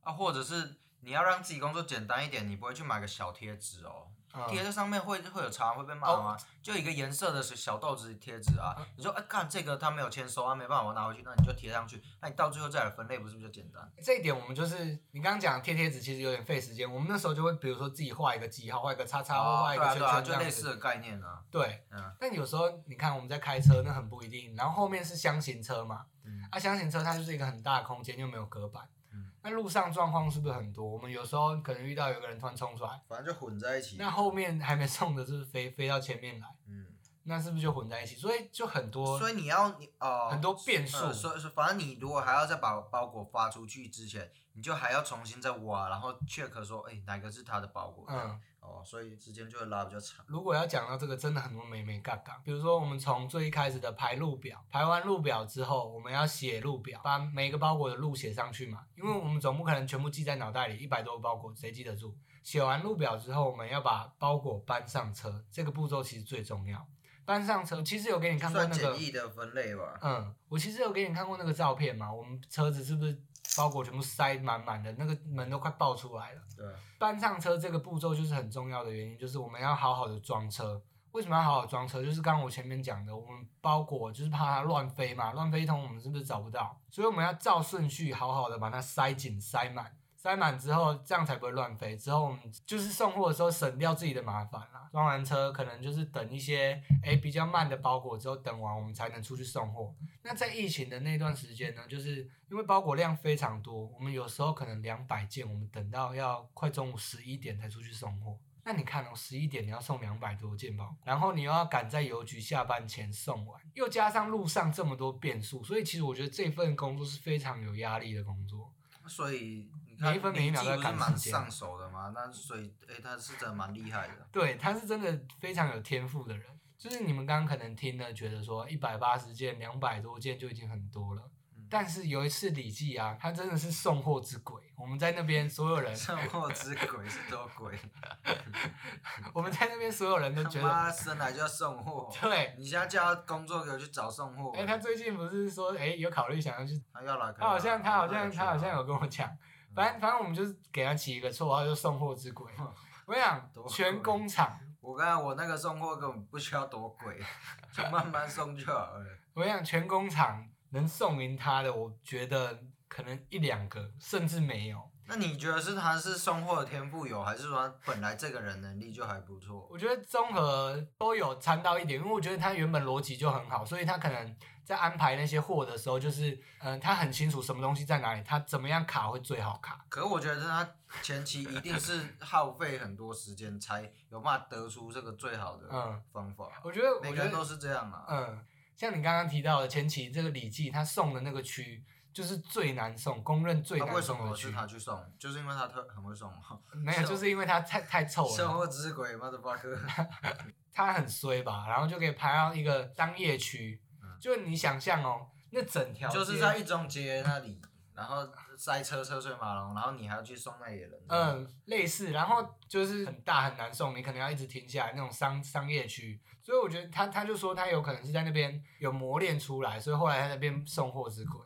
[SPEAKER 1] 啊，或者是你要让自己工作简单一点，你不会去买个小贴纸哦，贴
[SPEAKER 2] 嗯，哦
[SPEAKER 1] 在上面会会有查会被骂吗？就一个颜色的小豆子贴纸啊，
[SPEAKER 2] 嗯
[SPEAKER 1] 你说哎看这个他没有签收啊，没办法我拿回去，那你就贴上去，那你到最后再来分类不是比较简单？
[SPEAKER 2] 这一点我们就是你刚刚讲贴贴纸，其实有点费时间。我们那时候就会，比如说自己画一个记号，画一个叉叉，或
[SPEAKER 1] 哦
[SPEAKER 2] 画一
[SPEAKER 1] 对
[SPEAKER 2] 个
[SPEAKER 1] 啊
[SPEAKER 2] 圈
[SPEAKER 1] 对啊，
[SPEAKER 2] 圈
[SPEAKER 1] 就
[SPEAKER 2] 这样
[SPEAKER 1] 类
[SPEAKER 2] 子
[SPEAKER 1] 似。的概念啊，
[SPEAKER 2] 对，
[SPEAKER 1] 嗯
[SPEAKER 2] 但有时候你看我们在开车，那很不一定。然后后面是箱型车嘛，
[SPEAKER 1] 嗯
[SPEAKER 2] 啊，箱型车它就是一个很大的空间，又没有隔板。
[SPEAKER 1] 嗯
[SPEAKER 2] 那路上状况是不是很多？我们有时候可能遇到有个人突然冲出来，
[SPEAKER 1] 反正就混在一起。
[SPEAKER 2] 那后面还没送的，是不是飞飞到前面来？
[SPEAKER 1] 嗯，
[SPEAKER 2] 那是不是就混在一起？所以就很多
[SPEAKER 1] 所以你要你哦，
[SPEAKER 2] 很多变数。
[SPEAKER 1] 呃，所以说，反正你如果还要再把包裹发出去之前，你就还要重新再挖，然后 check 说，哎、哪个是他的包裹？
[SPEAKER 2] 嗯，
[SPEAKER 1] 哦，所以时间就会拉比较长。
[SPEAKER 2] 如果要讲到这个，真的很多美美嘎嘎。比如说，我们从最一开始的排路表，排完路表之后，我们要写路表，把每个包裹的路写上去嘛，因为我们总不可能全部记在脑袋里，一百多个包裹谁记得住？写完路表之后，我们要把包裹搬上车，这个步骤其实最重要。搬上车，其实有给你看过
[SPEAKER 1] 算
[SPEAKER 2] 那个
[SPEAKER 1] 简，易的分类吧。
[SPEAKER 2] 嗯，我其实有给你看过那个照片嘛，我们车子是不是包裹全部塞满满的，那个门都快爆出来了。
[SPEAKER 1] 对，
[SPEAKER 2] 搬上车这个步骤就是很重要的原因，就是我们要好好的装车。为什么要好好装车？就是刚刚我前面讲的，我们包裹就是怕它乱飞嘛，乱飞一通我们是不是找不到？所以我们要照顺序好好的把它塞紧、塞满。塞满之后，这样才不会乱飞。之后我们就是送货的时候省掉自己的麻烦啦。装完车可能就是等一些诶比较慢的包裹之后，等完我们才能出去送货。那在疫情的那段时间呢，就是因为包裹量非常多，我们有时候可能两百件，我们等到要快中午十一点才出去送货。那你看哦，十一点你要送两百多件包裹，然后你又要赶在邮局下班前送完，又加上路上这么多变数，所以其实我觉得这份工作是非常有压力的工作。
[SPEAKER 1] 所以你看，
[SPEAKER 2] 每一分每一秒
[SPEAKER 1] 你
[SPEAKER 2] 都在
[SPEAKER 1] 既不是
[SPEAKER 2] 赶
[SPEAKER 1] 蛮
[SPEAKER 2] 时间
[SPEAKER 1] 上手的嘛，那所以，哎、他是真的蛮厉害的。
[SPEAKER 2] 对，他是真的非常有天赋的人。就是你们刚刚可能听了，觉得说一百八十件、两百多件就已经很多了。
[SPEAKER 1] 嗯
[SPEAKER 2] 但是有一次李记啊，他真的是送货之鬼。我们在那边
[SPEAKER 1] 嗯
[SPEAKER 2] 所有人，
[SPEAKER 1] 圣货之鬼是多鬼，
[SPEAKER 2] 我们在那边所有 人都
[SPEAKER 1] 他
[SPEAKER 2] 觉得，
[SPEAKER 1] 妈生来就要送货。
[SPEAKER 2] 对。
[SPEAKER 1] 你现在叫他工作给我去找送货，
[SPEAKER 2] 哎、他最近不是说，哎、有考虑想要去？
[SPEAKER 1] 他要来可以来，
[SPEAKER 2] 他好像，他好
[SPEAKER 1] 要
[SPEAKER 2] 像，
[SPEAKER 1] 来
[SPEAKER 2] 他好像
[SPEAKER 1] 去啊
[SPEAKER 2] 有跟我讲，反正反正我们就是给他起一个绰号，就送货之鬼。我想
[SPEAKER 1] 多
[SPEAKER 2] 全
[SPEAKER 1] 鬼
[SPEAKER 2] 工厂
[SPEAKER 1] 我刚才我那个送货根本不需要多贵，就慢慢送就好了。
[SPEAKER 2] 我想全工厂能送赢他的，我觉得可能一两个，甚至没有。
[SPEAKER 1] 那你觉得是他是送货的天赋有，还是说他本来这个人能力就还不错？
[SPEAKER 2] 我觉得综合都有掺到一点，因为我觉得他原本逻辑就很好，所以他可能在安排那些货的时候，就是嗯、呃他很清楚什么东西在哪里，他怎么样卡会最好卡。
[SPEAKER 1] 可是我觉得他前期一定是耗费很多时间才有办法得出这个最好的
[SPEAKER 2] 嗯
[SPEAKER 1] 方法。
[SPEAKER 2] 我觉得，我
[SPEAKER 1] 每
[SPEAKER 2] 觉
[SPEAKER 1] 个人
[SPEAKER 2] 得
[SPEAKER 1] 都是这样啊。
[SPEAKER 2] 嗯，像你刚刚提到的前期这个李记他送的那个区，就是最难送，公认最
[SPEAKER 1] 那啊为
[SPEAKER 2] 难
[SPEAKER 1] 什
[SPEAKER 2] 送的
[SPEAKER 1] 么
[SPEAKER 2] 区
[SPEAKER 1] 是。他去送？就是因为他特很会 送吗，
[SPEAKER 2] 没有，就是因为他太太臭
[SPEAKER 1] 生
[SPEAKER 2] 了，
[SPEAKER 1] 活之鬼 motherfucker。
[SPEAKER 2] 他很衰吧，然后就可以排到一个商业区，
[SPEAKER 1] 嗯
[SPEAKER 2] 就你想象哦，那整条
[SPEAKER 1] 就是
[SPEAKER 2] 街
[SPEAKER 1] 在一中街那里，然后塞车车水马龙，然后你还要去送那野人。，
[SPEAKER 2] 嗯，类似，然后就是很大很难送，你可能要一直停下来那种商商业区，所以我觉得他他就说他有可能是在那边有磨练出来，所以后来他在那边送货之鬼，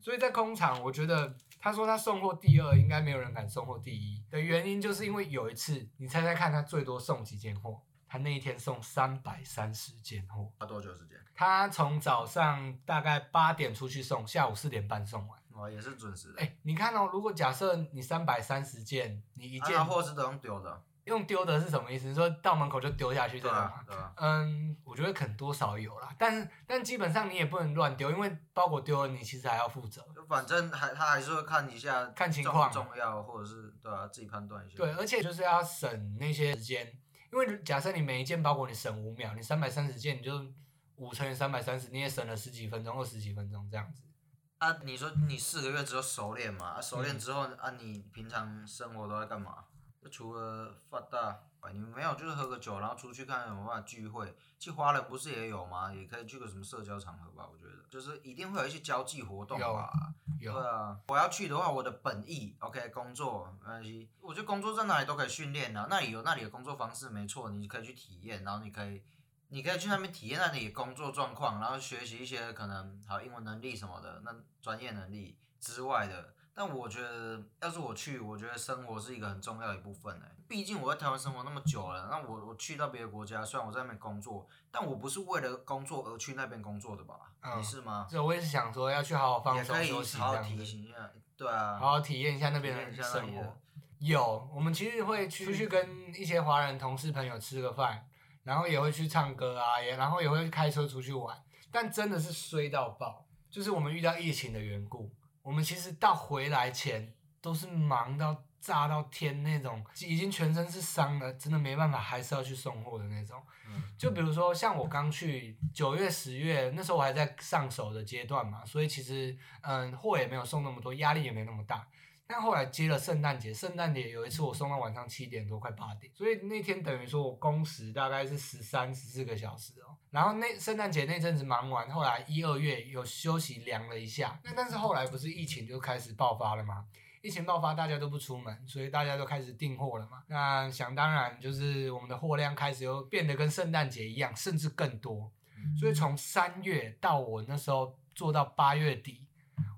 [SPEAKER 2] 所以在工厂，我觉得他说他送货第二，应该没有人敢送货第一的原因，就是因为有一次，你猜猜看他最多送几件货？他那一天送三百三十件货，
[SPEAKER 1] 花多久时间？
[SPEAKER 2] 他从早上大概八点出去送，下午四点半送完。
[SPEAKER 1] 我也是准时的。
[SPEAKER 2] 哎、你看哦，如果假设你三百三十件，你一
[SPEAKER 1] 一
[SPEAKER 2] 件、
[SPEAKER 1] 啊货是都用丢的，
[SPEAKER 2] 用丢的是什么意思？你说到门口就丢下去这
[SPEAKER 1] 对
[SPEAKER 2] 种
[SPEAKER 1] 啊
[SPEAKER 2] 吗？
[SPEAKER 1] 对啊，
[SPEAKER 2] 嗯，我觉得可能多少有啦，但是但基本上你也不能乱丢，因为包裹丢了你其实还要负责。
[SPEAKER 1] 就反正还他还是会看一下
[SPEAKER 2] 看情
[SPEAKER 1] 重
[SPEAKER 2] 况
[SPEAKER 1] 重要，或者是对啊自己判断一下。
[SPEAKER 2] 对，而且就是要省那些时间，因为假设你每一件包裹你省五秒，你三百三十件你就五乘以三百三十，你也省了十几分钟、二十几分钟这样子。
[SPEAKER 1] 啊，你说你四个月之后熟练嘛？啊、熟练之后、啊，你平常生活都在干嘛？就除了发大，啊你没有就是喝个酒，然后出去看有没有办法聚会。去花人不是也有吗？也可以去个什么社交场合吧，我觉得就是一定会有一些交际活动
[SPEAKER 2] 有
[SPEAKER 1] 吧。
[SPEAKER 2] 有，
[SPEAKER 1] 对啊，我要去的话，我的本意 OK，工作没关系。我觉得工作在哪里都可以训练的、啊那里有那里的工作方式，没错，你可以去体验，然后你可以，你可以去那边体验那里的工作状况，然后学习一些可能好英文能力什么的，那专业能力之外的。但我觉得，要是我去，我觉得生活是一个很重要的一部分呢、欸毕竟我在台湾生活那么久了，那我我去到别的国家，虽然我在那边工作，但我不是为了工作而去那边工作的吧？
[SPEAKER 2] 嗯
[SPEAKER 1] 你是吗？
[SPEAKER 2] 所以我也是想说要去好好放
[SPEAKER 1] 也
[SPEAKER 2] 松
[SPEAKER 1] 可以
[SPEAKER 2] 休息这
[SPEAKER 1] 好好
[SPEAKER 2] 样
[SPEAKER 1] 提
[SPEAKER 2] 子，
[SPEAKER 1] 醒一下，对啊，
[SPEAKER 2] 好好体验一下那边
[SPEAKER 1] 体验一
[SPEAKER 2] 的
[SPEAKER 1] 下那里
[SPEAKER 2] 生
[SPEAKER 1] 的
[SPEAKER 2] 活。有，我们其实会去出去跟一些华人同事朋友吃个饭，然后也会去唱歌啊，也然后也会开车出去玩，但真的是衰到爆，就是我们遇到疫情的缘故，我们其实到回来前都是忙到炸到天那种，已经全身是伤了，真的没办法，还是要去送货的那种。
[SPEAKER 1] 嗯
[SPEAKER 2] 就比如说像我刚去九月、十月那时候，我还在上手的阶段嘛，所以其实嗯货也没有送那么多，压力也没那么大。但后来接了圣诞节，圣诞节有一次我送到晚上七点多，快八点，所以那天等于说我工时大概是十三、十四个小时哦。然后那圣诞节那阵子忙完，后来一二月有休息量了一下，那但是后来不是疫情就开始爆发了吗？疫情爆发，大家都不出门，所以大家都开始订货了嘛。那想当然，就是我们的货量开始又变得跟圣诞节一样，甚至更多。所以从三月到我那时候做到八月底，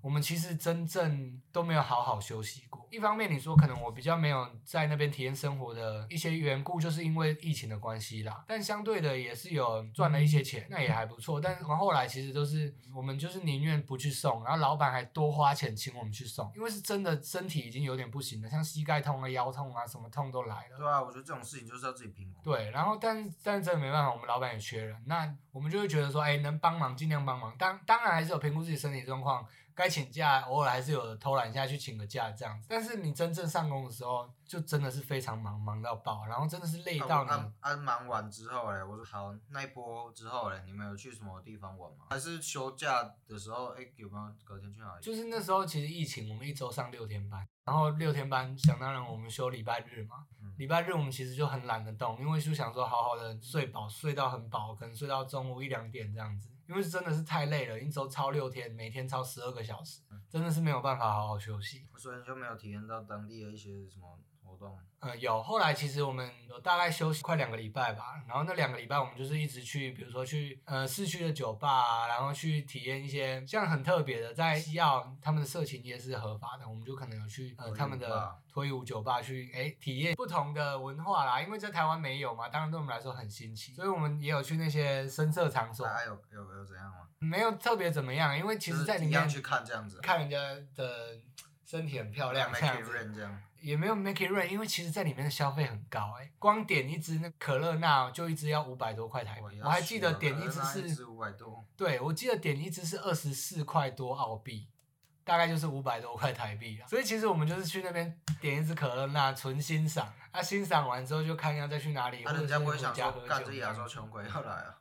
[SPEAKER 2] 我们其实真正都没有好好休息过。一方面，你说可能我比较没有在那边体验生活的一些缘故，就是因为疫情的关系啦。但相对的，也是有赚了一些钱，那也还不错。但是我们后来其实都是我们就是宁愿不去送，然后老板还多花钱请我们去送，因为是真的身体已经有点不行了，像膝盖痛啊、腰痛啊，什么痛都来了。
[SPEAKER 1] 对啊，我觉得这种事情就是要自己评估。
[SPEAKER 2] 对，然后但但真的没办法，我们老板也缺人，那我们就会觉得说，哎，能帮忙尽量帮忙。当当然还是有评估自己身体状况，该请假偶尔还是有偷懒一下去请个假这样子。但是你真正上工的时候，就真的是非常忙，忙到爆，然后真的是累
[SPEAKER 1] 啊，
[SPEAKER 2] 到你。
[SPEAKER 1] 安安忙完之后嘞，我说好，那一波之后嘞，你们有去什么地方玩吗？还是休假的时候，哎、有没有隔天去哪里？
[SPEAKER 2] 就是那时候其实疫情，我们一周上六天班，然后六天班想当然我们休礼拜日嘛
[SPEAKER 1] 嗯，
[SPEAKER 2] 礼拜日我们其实就很懒得动，因为就想说好好的睡饱，睡到很饱，可能睡到中午一两点这样子，因为真的是太累了，一周超六天，每天超十二个小时，真的是没有办法好好休息。
[SPEAKER 1] 所以你就没有体验到当地的一些什么活动。
[SPEAKER 2] 呃，有后来其实我们有大概休息快两个礼拜吧，然后那两个礼拜我们就是一直去，比如说去呃市区的酒吧、啊，然后去体验一些像很特别的，在西澳他们的色情业是合法的，我们就可能有去呃
[SPEAKER 1] 脱衣舞
[SPEAKER 2] 他们的
[SPEAKER 1] 吧
[SPEAKER 2] 脱衣舞酒吧去哎体验不同的文化啦，因为在台湾没有嘛，当然对我们来说很新奇，所以我们也有去那些深色场所
[SPEAKER 1] 大，家有有有怎样吗？
[SPEAKER 2] 没有特别怎么样，因为其
[SPEAKER 1] 啊就
[SPEAKER 2] 实
[SPEAKER 1] 是
[SPEAKER 2] 在里
[SPEAKER 1] 一样
[SPEAKER 2] 面
[SPEAKER 1] 去看这样子啊。
[SPEAKER 2] 看人家的身体很漂亮这
[SPEAKER 1] 啊 Make
[SPEAKER 2] 样
[SPEAKER 1] it
[SPEAKER 2] 子，
[SPEAKER 1] rain 这样，
[SPEAKER 2] 也没有 Make It Rain，因为其实在里面的消费很高哎、光点一支那可乐那就一支要五百多块台币，我还记得点一支是，
[SPEAKER 1] 五百多，
[SPEAKER 2] 对我记得点一支是二十四块多澳币。大概就是五百多块台币啊，所以其实我们就是去那边点一支可乐那纯欣赏，啊欣赏完之后就看要再去哪里，
[SPEAKER 1] 啊，
[SPEAKER 2] 或者
[SPEAKER 1] 人
[SPEAKER 2] 是
[SPEAKER 1] 家不会
[SPEAKER 2] 回
[SPEAKER 1] 想
[SPEAKER 2] 家
[SPEAKER 1] 说，
[SPEAKER 2] 喝酒
[SPEAKER 1] 干这
[SPEAKER 2] 这
[SPEAKER 1] 亚
[SPEAKER 2] 样
[SPEAKER 1] 洲穷鬼要来啊，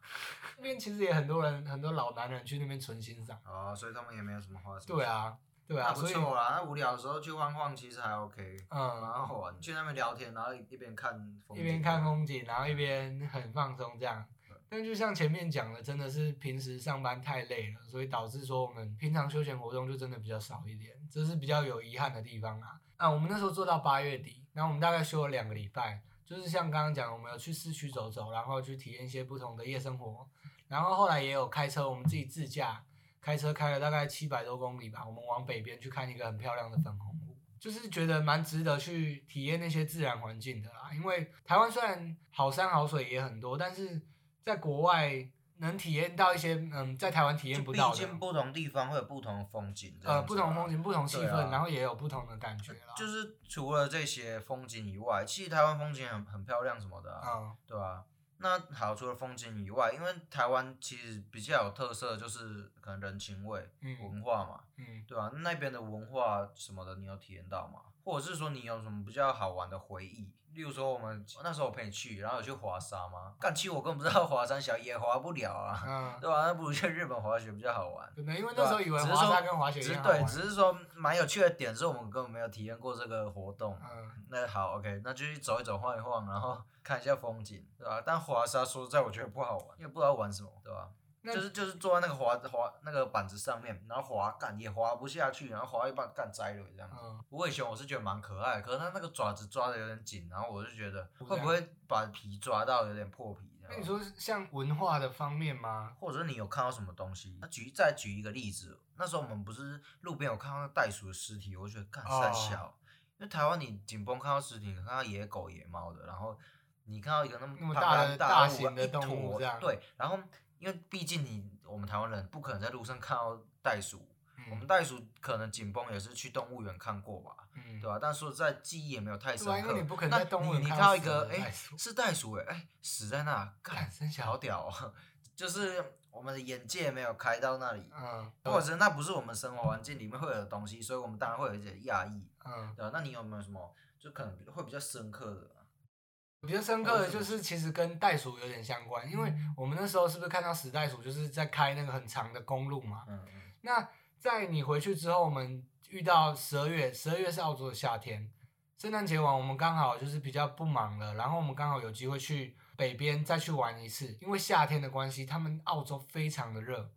[SPEAKER 2] 那边其实也很多人，很多老男人去那边纯欣赏。
[SPEAKER 1] 哦，所以他们也没有什么花什么
[SPEAKER 2] 对，啊，对
[SPEAKER 1] 那
[SPEAKER 2] 啊，
[SPEAKER 1] 不
[SPEAKER 2] 所以
[SPEAKER 1] 错啦，那无聊的时候去晃晃其实还 OK，蛮
[SPEAKER 2] 嗯，
[SPEAKER 1] 好玩，去那边聊天，然后一边看风景，
[SPEAKER 2] 一边看风景，然后一边很放松这样。但就像前面讲的，真的是平时上班太累了，所以导致说我们平常休闲活动就真的比较少一点，这是比较有遗憾的地方啊。啊，我们那时候做到八月底，然后我们大概休了两个礼拜，就是像刚刚讲的，我们有去市区走走，然后去体验一些不同的夜生活，然后后来也有开车，我们自己自驾开车开了大概七百多公里吧，我们往北边去看一个很漂亮的粉红湖，就是觉得蛮值得去体验那些自然环境的啦。因为台湾虽然好山好水也很多，但是在国外能体验到一些嗯，在台湾体验
[SPEAKER 1] 就
[SPEAKER 2] 不
[SPEAKER 1] 毕
[SPEAKER 2] 到的嗯
[SPEAKER 1] 竟不同地方会有不同的风景，这样
[SPEAKER 2] 呃
[SPEAKER 1] 子
[SPEAKER 2] 不同
[SPEAKER 1] 啊
[SPEAKER 2] 风。景、不同气
[SPEAKER 1] 对
[SPEAKER 2] 氛，
[SPEAKER 1] 啊
[SPEAKER 2] 然后也有不同的感觉啦。
[SPEAKER 1] 就是除了这些风景以外，其实台湾风景很很漂亮什么的、啊，
[SPEAKER 2] 嗯
[SPEAKER 1] 对啊。那好，除了风景以外，因为台湾其实比较有特色，就是可能人情味、
[SPEAKER 2] 嗯
[SPEAKER 1] 文化嘛，
[SPEAKER 2] 嗯
[SPEAKER 1] 对啊，那边的文化什么的，你有体验到吗？或者是说你有什么比较好玩的回忆？例如说我们那时候我陪你去，然后有去华沙吗？干，其实我根本不知道华山小也滑不了啊，
[SPEAKER 2] 嗯，
[SPEAKER 1] 对吧、啊？那不如去日本滑雪比较好玩。
[SPEAKER 2] 真的，因为那时候以
[SPEAKER 1] 对
[SPEAKER 2] 为
[SPEAKER 1] 啊只是
[SPEAKER 2] 滑沙
[SPEAKER 1] 说
[SPEAKER 2] 跟滑雪一
[SPEAKER 1] 只是
[SPEAKER 2] 样好
[SPEAKER 1] 对，
[SPEAKER 2] 玩
[SPEAKER 1] 只是说蛮有趣的点是我们根本没有体验过这个活动。
[SPEAKER 2] 嗯，
[SPEAKER 1] 那好，OK，那就去走一走、晃一晃，然后看一下风景，对吧、但华沙说实在，我觉得不好玩，因为不知道玩什么，对吧、
[SPEAKER 2] 那
[SPEAKER 1] 就是就是坐在那个滑滑那个板子上面，然后滑干也滑不下去，然后滑一半干栽了这样。
[SPEAKER 2] 嗯，
[SPEAKER 1] 无尾熊我是觉得蛮可爱的，可是它那个爪子抓的有点紧，然后我就觉得会不会把皮抓到有点破皮？这样
[SPEAKER 2] 那你说像文化的方面吗？
[SPEAKER 1] 或者是你有看到什么东西？那举再举一个例子，那时候我们不是路边有看到那袋鼠的尸体，我就觉得干
[SPEAKER 2] 哦
[SPEAKER 1] 太小，因为台湾你紧绷看到尸体，你看到野狗、野猫的，然后你看到一个那么
[SPEAKER 2] 那么
[SPEAKER 1] 庞
[SPEAKER 2] 大
[SPEAKER 1] 然
[SPEAKER 2] 的
[SPEAKER 1] 大
[SPEAKER 2] 大
[SPEAKER 1] 物
[SPEAKER 2] 型的
[SPEAKER 1] 一
[SPEAKER 2] 动物
[SPEAKER 1] 坨
[SPEAKER 2] 这样
[SPEAKER 1] 对，然后因为毕竟你我们台湾人不可能在路上看到袋鼠，我们
[SPEAKER 2] 嗯
[SPEAKER 1] 袋鼠可能紧绷也是去动物园看过吧，
[SPEAKER 2] 嗯
[SPEAKER 1] 对吧、但说实在，记忆也没有太深
[SPEAKER 2] 对啊因
[SPEAKER 1] 刻。
[SPEAKER 2] 为
[SPEAKER 1] 那
[SPEAKER 2] 你不可能在动物园
[SPEAKER 1] 你你
[SPEAKER 2] 看
[SPEAKER 1] 看到
[SPEAKER 2] 到
[SPEAKER 1] 一
[SPEAKER 2] 死
[SPEAKER 1] 个
[SPEAKER 2] 的
[SPEAKER 1] 哎、
[SPEAKER 2] 袋鼠
[SPEAKER 1] 是袋鼠哎、哎、死在 那，
[SPEAKER 2] 干
[SPEAKER 1] 干
[SPEAKER 2] 真小
[SPEAKER 1] 好屌 哦！就是我们的眼界没有开到那里，
[SPEAKER 2] 嗯，
[SPEAKER 1] 或者是那不是我们生活环境里面会有的东西，所以我们当然会有一些讶异，
[SPEAKER 2] 嗯，
[SPEAKER 1] 对吧、那你有没有什么就可能会比较深刻的？
[SPEAKER 2] 我比较深刻的就是其实跟袋鼠有点相关，因为我们那时候是不是看到死袋鼠就是在开那个很长的公路嘛？
[SPEAKER 1] 嗯嗯，
[SPEAKER 2] 那在你回去之后，我们遇到十二月，十二月是澳洲的夏天，圣诞节完我们刚好就是比较不忙了，然后我们刚好有机会去北边再去玩一次，因为夏天的关系，他们澳洲非常的热。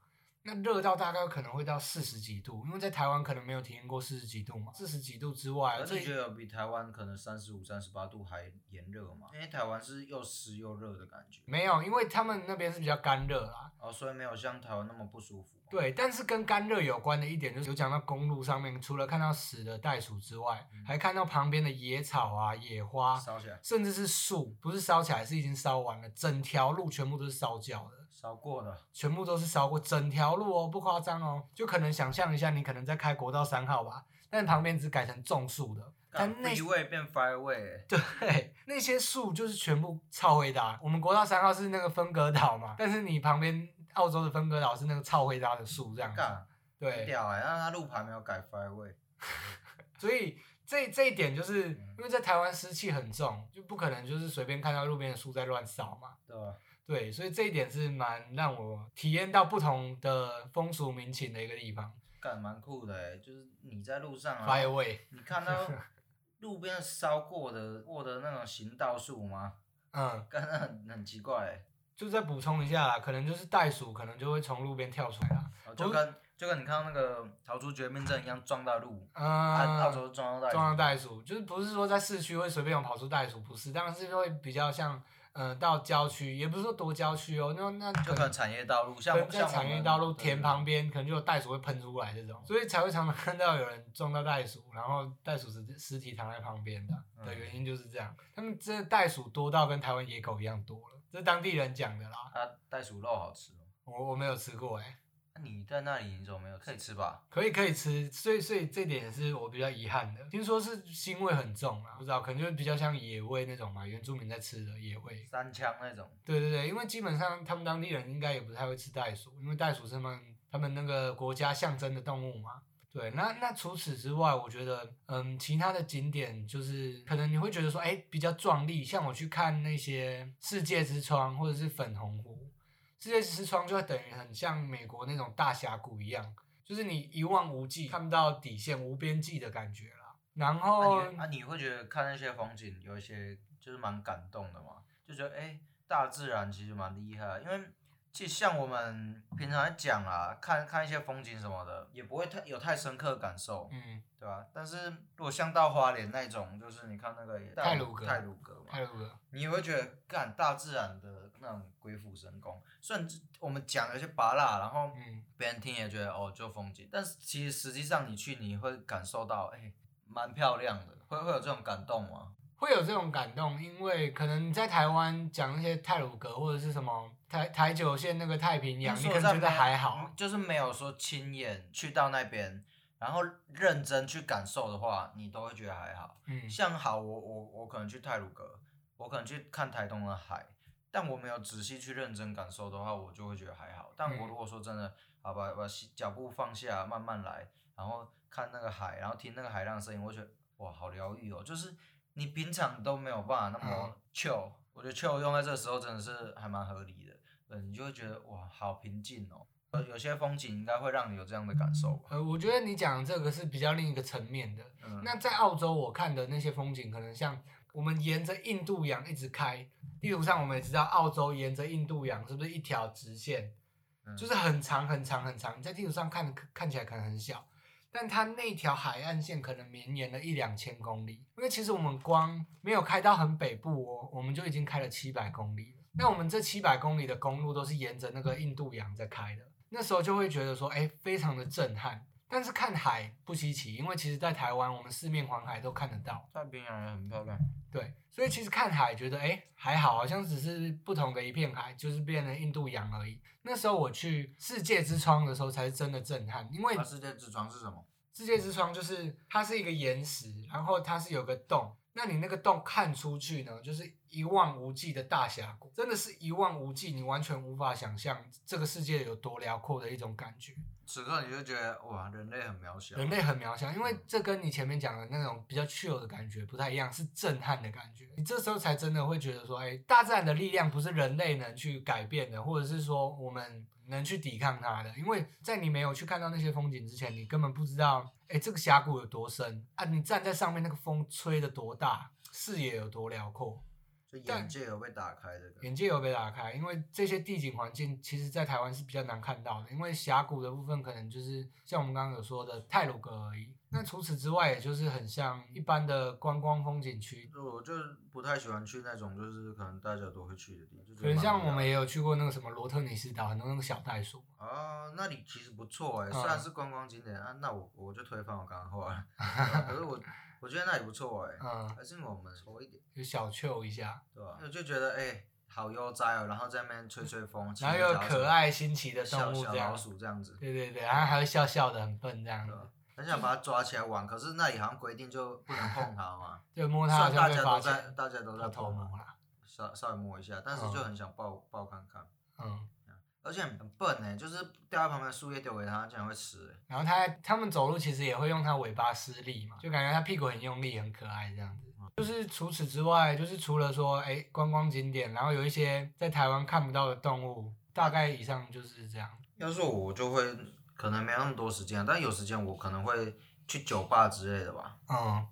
[SPEAKER 2] 那热到大概可能会到四十几度，因为在台湾可能没有体验过四十几度嘛。四十几度之外，
[SPEAKER 1] 而
[SPEAKER 2] 这
[SPEAKER 1] 且觉得有比台湾可能三十五、三十八度还炎热嘛？因为台湾是又湿又热的感觉，
[SPEAKER 2] 没有，因为他们那边是比较干热啦。
[SPEAKER 1] 哦，所以没有像台湾那么不舒服。
[SPEAKER 2] 对，但是跟干热有关的一点就是有讲到公路上面，除了看到死的袋鼠之外，还看到旁边的野草啊、野花，
[SPEAKER 1] 烧起来，
[SPEAKER 2] 甚至是树，不是烧起来，是已经烧完了，整条路全部都是烧焦的，
[SPEAKER 1] 烧过的。
[SPEAKER 2] 全部都是烧过，整条路哦，不夸张哦，就可能想象一下，你可能在开国道三号吧，但旁边只改成种树的，但那
[SPEAKER 1] 一位变 fire 位，
[SPEAKER 2] 对，那些树就是全部超回答。我们国道三号是那个分隔岛嘛，但是你旁边澳洲的分隔岛是那个超回答的树这样子。
[SPEAKER 1] 干很
[SPEAKER 2] 对，
[SPEAKER 1] 屌哎、欸！那他路牌没有改 fire 位，
[SPEAKER 2] 所以这这一点就是
[SPEAKER 1] 嗯
[SPEAKER 2] 因为在台湾湿气很重，就不可能就是随便看到路边的树在乱扫嘛。
[SPEAKER 1] 对吧？
[SPEAKER 2] 对，所以这一点是蛮让我体验到不同的风俗民情的一个地方。
[SPEAKER 1] 干蛮酷的哎、就是你在路上啊，
[SPEAKER 2] Fire away，
[SPEAKER 1] 你看到路边烧过的过的那种行道树吗？
[SPEAKER 2] 嗯，
[SPEAKER 1] 干那很很奇怪哎、
[SPEAKER 2] 就再补充一下啦，可能就是袋鼠可能就会从路边跳出来啦。
[SPEAKER 1] 哦就跟就跟你看到那个逃出绝命镇一样撞到路，按
[SPEAKER 2] 嗯，
[SPEAKER 1] 啊澳洲撞到
[SPEAKER 2] 撞到
[SPEAKER 1] 袋
[SPEAKER 2] 袋鼠，就是不是说在市区会随便有跑出袋鼠，不是，当然是会比较像，嗯、到郊区，也不是说多郊区哦，那那
[SPEAKER 1] 鼠，就可能产业道路，
[SPEAKER 2] 可
[SPEAKER 1] 像
[SPEAKER 2] 能在
[SPEAKER 1] 像我
[SPEAKER 2] 产业
[SPEAKER 1] 们
[SPEAKER 2] 道路
[SPEAKER 1] 对嗯
[SPEAKER 2] 田旁边，可能就有袋鼠会喷出来这种，所以才会常常看到有人撞到袋鼠，然后袋鼠尸尸体躺在旁边的的
[SPEAKER 1] 嗯
[SPEAKER 2] 原因就是这样，他们这袋鼠多到跟台湾野狗一样多了，这是当地人讲的啦，
[SPEAKER 1] 啊，袋鼠肉好吃哦，
[SPEAKER 2] 我我没有吃过哎、
[SPEAKER 1] 那你在那里你怎么没有可以吃吧？
[SPEAKER 2] 可以可以吃，所以所以这点也是我比较遗憾的。听说是腥味很重啊，不知道可能就是比较像野味那种嘛，原住民在吃的野味。
[SPEAKER 1] 三枪那种，
[SPEAKER 2] 对对对，因为基本上他们当地人应该也不太会吃袋鼠，因为袋鼠是他们他们那个国家象征的动物嘛。对，那那除此之外，我觉得，嗯，其他的景点就是可能你会觉得说，哎，比较壮丽，像我去看那些世界之窗或者是粉红湖，世界之窗就会等于很像美国那种大峡谷一样，就是你一望无际，看不到底线，无边际的感觉啦。然
[SPEAKER 1] 那
[SPEAKER 2] 后，
[SPEAKER 1] 你啊你会觉得看那些风景有一些就是蛮感动的嘛？就觉得哎、诶大自然其实蛮厉害的，因为其实像我们平常在讲啊，看看一些风景什么的，也不会太有太深刻的感受，
[SPEAKER 2] 嗯，
[SPEAKER 1] 对吧、但是如果像到花莲那种，就是你看那个
[SPEAKER 2] 太鲁阁
[SPEAKER 1] 泰鲁格嘛，
[SPEAKER 2] 泰鲁格，
[SPEAKER 1] 你也会觉得干大自然的那种鬼斧神工。虽然我们讲有些拔辣，然后
[SPEAKER 2] 嗯，
[SPEAKER 1] 别人听也觉得哦就风景，但是其实实际上你去你会感受到，哎、蛮漂亮的，会会有这种感动吗？
[SPEAKER 2] 会有这种感动，因为可能你在台湾讲那些泰鲁格或者是什么台台九线那个太平洋，你
[SPEAKER 1] 说
[SPEAKER 2] 可能
[SPEAKER 1] 在没
[SPEAKER 2] 觉得
[SPEAKER 1] 有嗯
[SPEAKER 2] 还好，，
[SPEAKER 1] 就是没有说亲眼去到那边，然后认真去感受的话，你都会觉得还好。
[SPEAKER 2] 嗯，
[SPEAKER 1] 像好，我我我可能去泰鲁阁，我可能去看台东的海，但我没有仔细去认真感受的话，我就会觉得还好。但我
[SPEAKER 2] 嗯
[SPEAKER 1] 如果说真的，好把把西脚步放下，慢慢来，然后看那个海，然后听那个海浪声音，我会觉得哇，好疗愈哦。就是你平常都没有办法那么
[SPEAKER 2] 嗯
[SPEAKER 1] chill，、我觉得 chill 用在这时候真的是还蛮合理的。对，你就会觉得哇，好平静哦。呃，有些风景应该会让你有这样的感受吧。
[SPEAKER 2] 呃，我觉得你讲这个是比较另一个层面的。
[SPEAKER 1] 嗯，
[SPEAKER 2] 那在澳洲，我看的那些风景，可能像我们沿着印度洋一直开，地图上我们也知道，澳洲沿着印度洋是不是一条直线？
[SPEAKER 1] 嗯
[SPEAKER 2] 就是很长很长很长，你在地图上看看起来可能很小，但它那条海岸线可能绵延了一两千公里。因为其实我们光没有开到很北部哦，我们就已经开了七百公里了。那我们这七百公里的公路都是沿着那个印度洋在开的，那时候就会觉得说，哎，非常的震撼。但是看海不稀奇，因为其实在台湾我们四面环海都看得到。
[SPEAKER 1] 太平洋也很漂亮。
[SPEAKER 2] 对，所以其实看海觉得哎还好，好像只是不同的一片海，就是变成印度洋而已。那时候我去世界之窗的时候，才是真的震撼，因为
[SPEAKER 1] 那世界之窗是什么？
[SPEAKER 2] 世界之窗就是它是一个岩石，然后它是有个洞，那你那个洞看出去呢，就是一望无际的大峡谷，真的是一望无际，你完全无法想象这个世界有多辽阔的一种感觉。
[SPEAKER 1] 此刻你就觉得哇，人类很渺小。
[SPEAKER 2] 人类很渺小，因为这跟你前面讲的那种比较 chill 的感觉不太一样，是震撼的感觉。你这时候才真的会觉得说，哎，大自然的力量不是人类能去改变的，或者是说我们能去抵抗它的。因为在你没有去看到那些风景之前，你根本不知道，哎，这个峡谷有多深啊，你站在上面那个风吹得多大，视野有多辽阔。
[SPEAKER 1] 就眼
[SPEAKER 2] 但
[SPEAKER 1] 界有被打开的感觉。
[SPEAKER 2] 眼界有被打开，因为这些地景环境其实在台湾是比较难看到的，因为峡谷的部分可能就是像我们刚刚有说的泰鲁格而已。那除此之外，也就是很像一般的观光风景区，
[SPEAKER 1] 就我就是不太喜欢去那种就是可能大家都会去的地方，就觉
[SPEAKER 2] 可
[SPEAKER 1] 得
[SPEAKER 2] 能
[SPEAKER 1] 蛮
[SPEAKER 2] 像
[SPEAKER 1] 无
[SPEAKER 2] 我们
[SPEAKER 1] 聊
[SPEAKER 2] 也有去过那个什么罗特尼斯岛，很多那个小袋鼠。
[SPEAKER 1] 啊，那里其实不错哎、
[SPEAKER 2] 嗯
[SPEAKER 1] 虽然是观光景点啊，那我我就推翻我刚刚话了 对啊，可是我我觉得那里不错哎、
[SPEAKER 2] 嗯，
[SPEAKER 1] 还是因为我们熟一点，
[SPEAKER 2] 有小丘一下，
[SPEAKER 1] 对吧、我就觉得哎、好悠哉哦，然后在那边吹吹风，骑
[SPEAKER 2] 然后又有
[SPEAKER 1] 脚踏
[SPEAKER 2] 可
[SPEAKER 1] 车
[SPEAKER 2] 爱新奇的
[SPEAKER 1] 小
[SPEAKER 2] 动物
[SPEAKER 1] 小
[SPEAKER 2] 这
[SPEAKER 1] 老
[SPEAKER 2] 样，
[SPEAKER 1] 鼠这样子，
[SPEAKER 2] 对对对，然后还会笑笑的，很笨这样
[SPEAKER 1] 对啊
[SPEAKER 2] 子，
[SPEAKER 1] 吧、很想把它抓起来玩，可是那里好像规定就不能碰它嘛，
[SPEAKER 2] 就摸
[SPEAKER 1] 虽
[SPEAKER 2] 它
[SPEAKER 1] 然
[SPEAKER 2] 就
[SPEAKER 1] 大
[SPEAKER 2] 会
[SPEAKER 1] 家
[SPEAKER 2] 发
[SPEAKER 1] 都在
[SPEAKER 2] 现啊
[SPEAKER 1] 大家都在
[SPEAKER 2] 偷偷
[SPEAKER 1] 碰嘛
[SPEAKER 2] 摸啦。
[SPEAKER 1] 稍稍微摸一下，但是就
[SPEAKER 2] 嗯
[SPEAKER 1] 很想抱抱看看，
[SPEAKER 2] 嗯，
[SPEAKER 1] 而且很笨哎、就是掉在旁边的树叶丢给它，它竟然会吃、欸。
[SPEAKER 2] 然后它它们走路其实也会用它尾巴施力嘛，就感觉它屁股很用力，很可爱这样子。就是除此之外，就是除了说哎观光景点，然后有一些在台湾看不到的动物，大概以上就是这样。
[SPEAKER 1] 要是我就会可能没那么多时间，但有时间我可能会去酒吧之类的吧。
[SPEAKER 2] 嗯，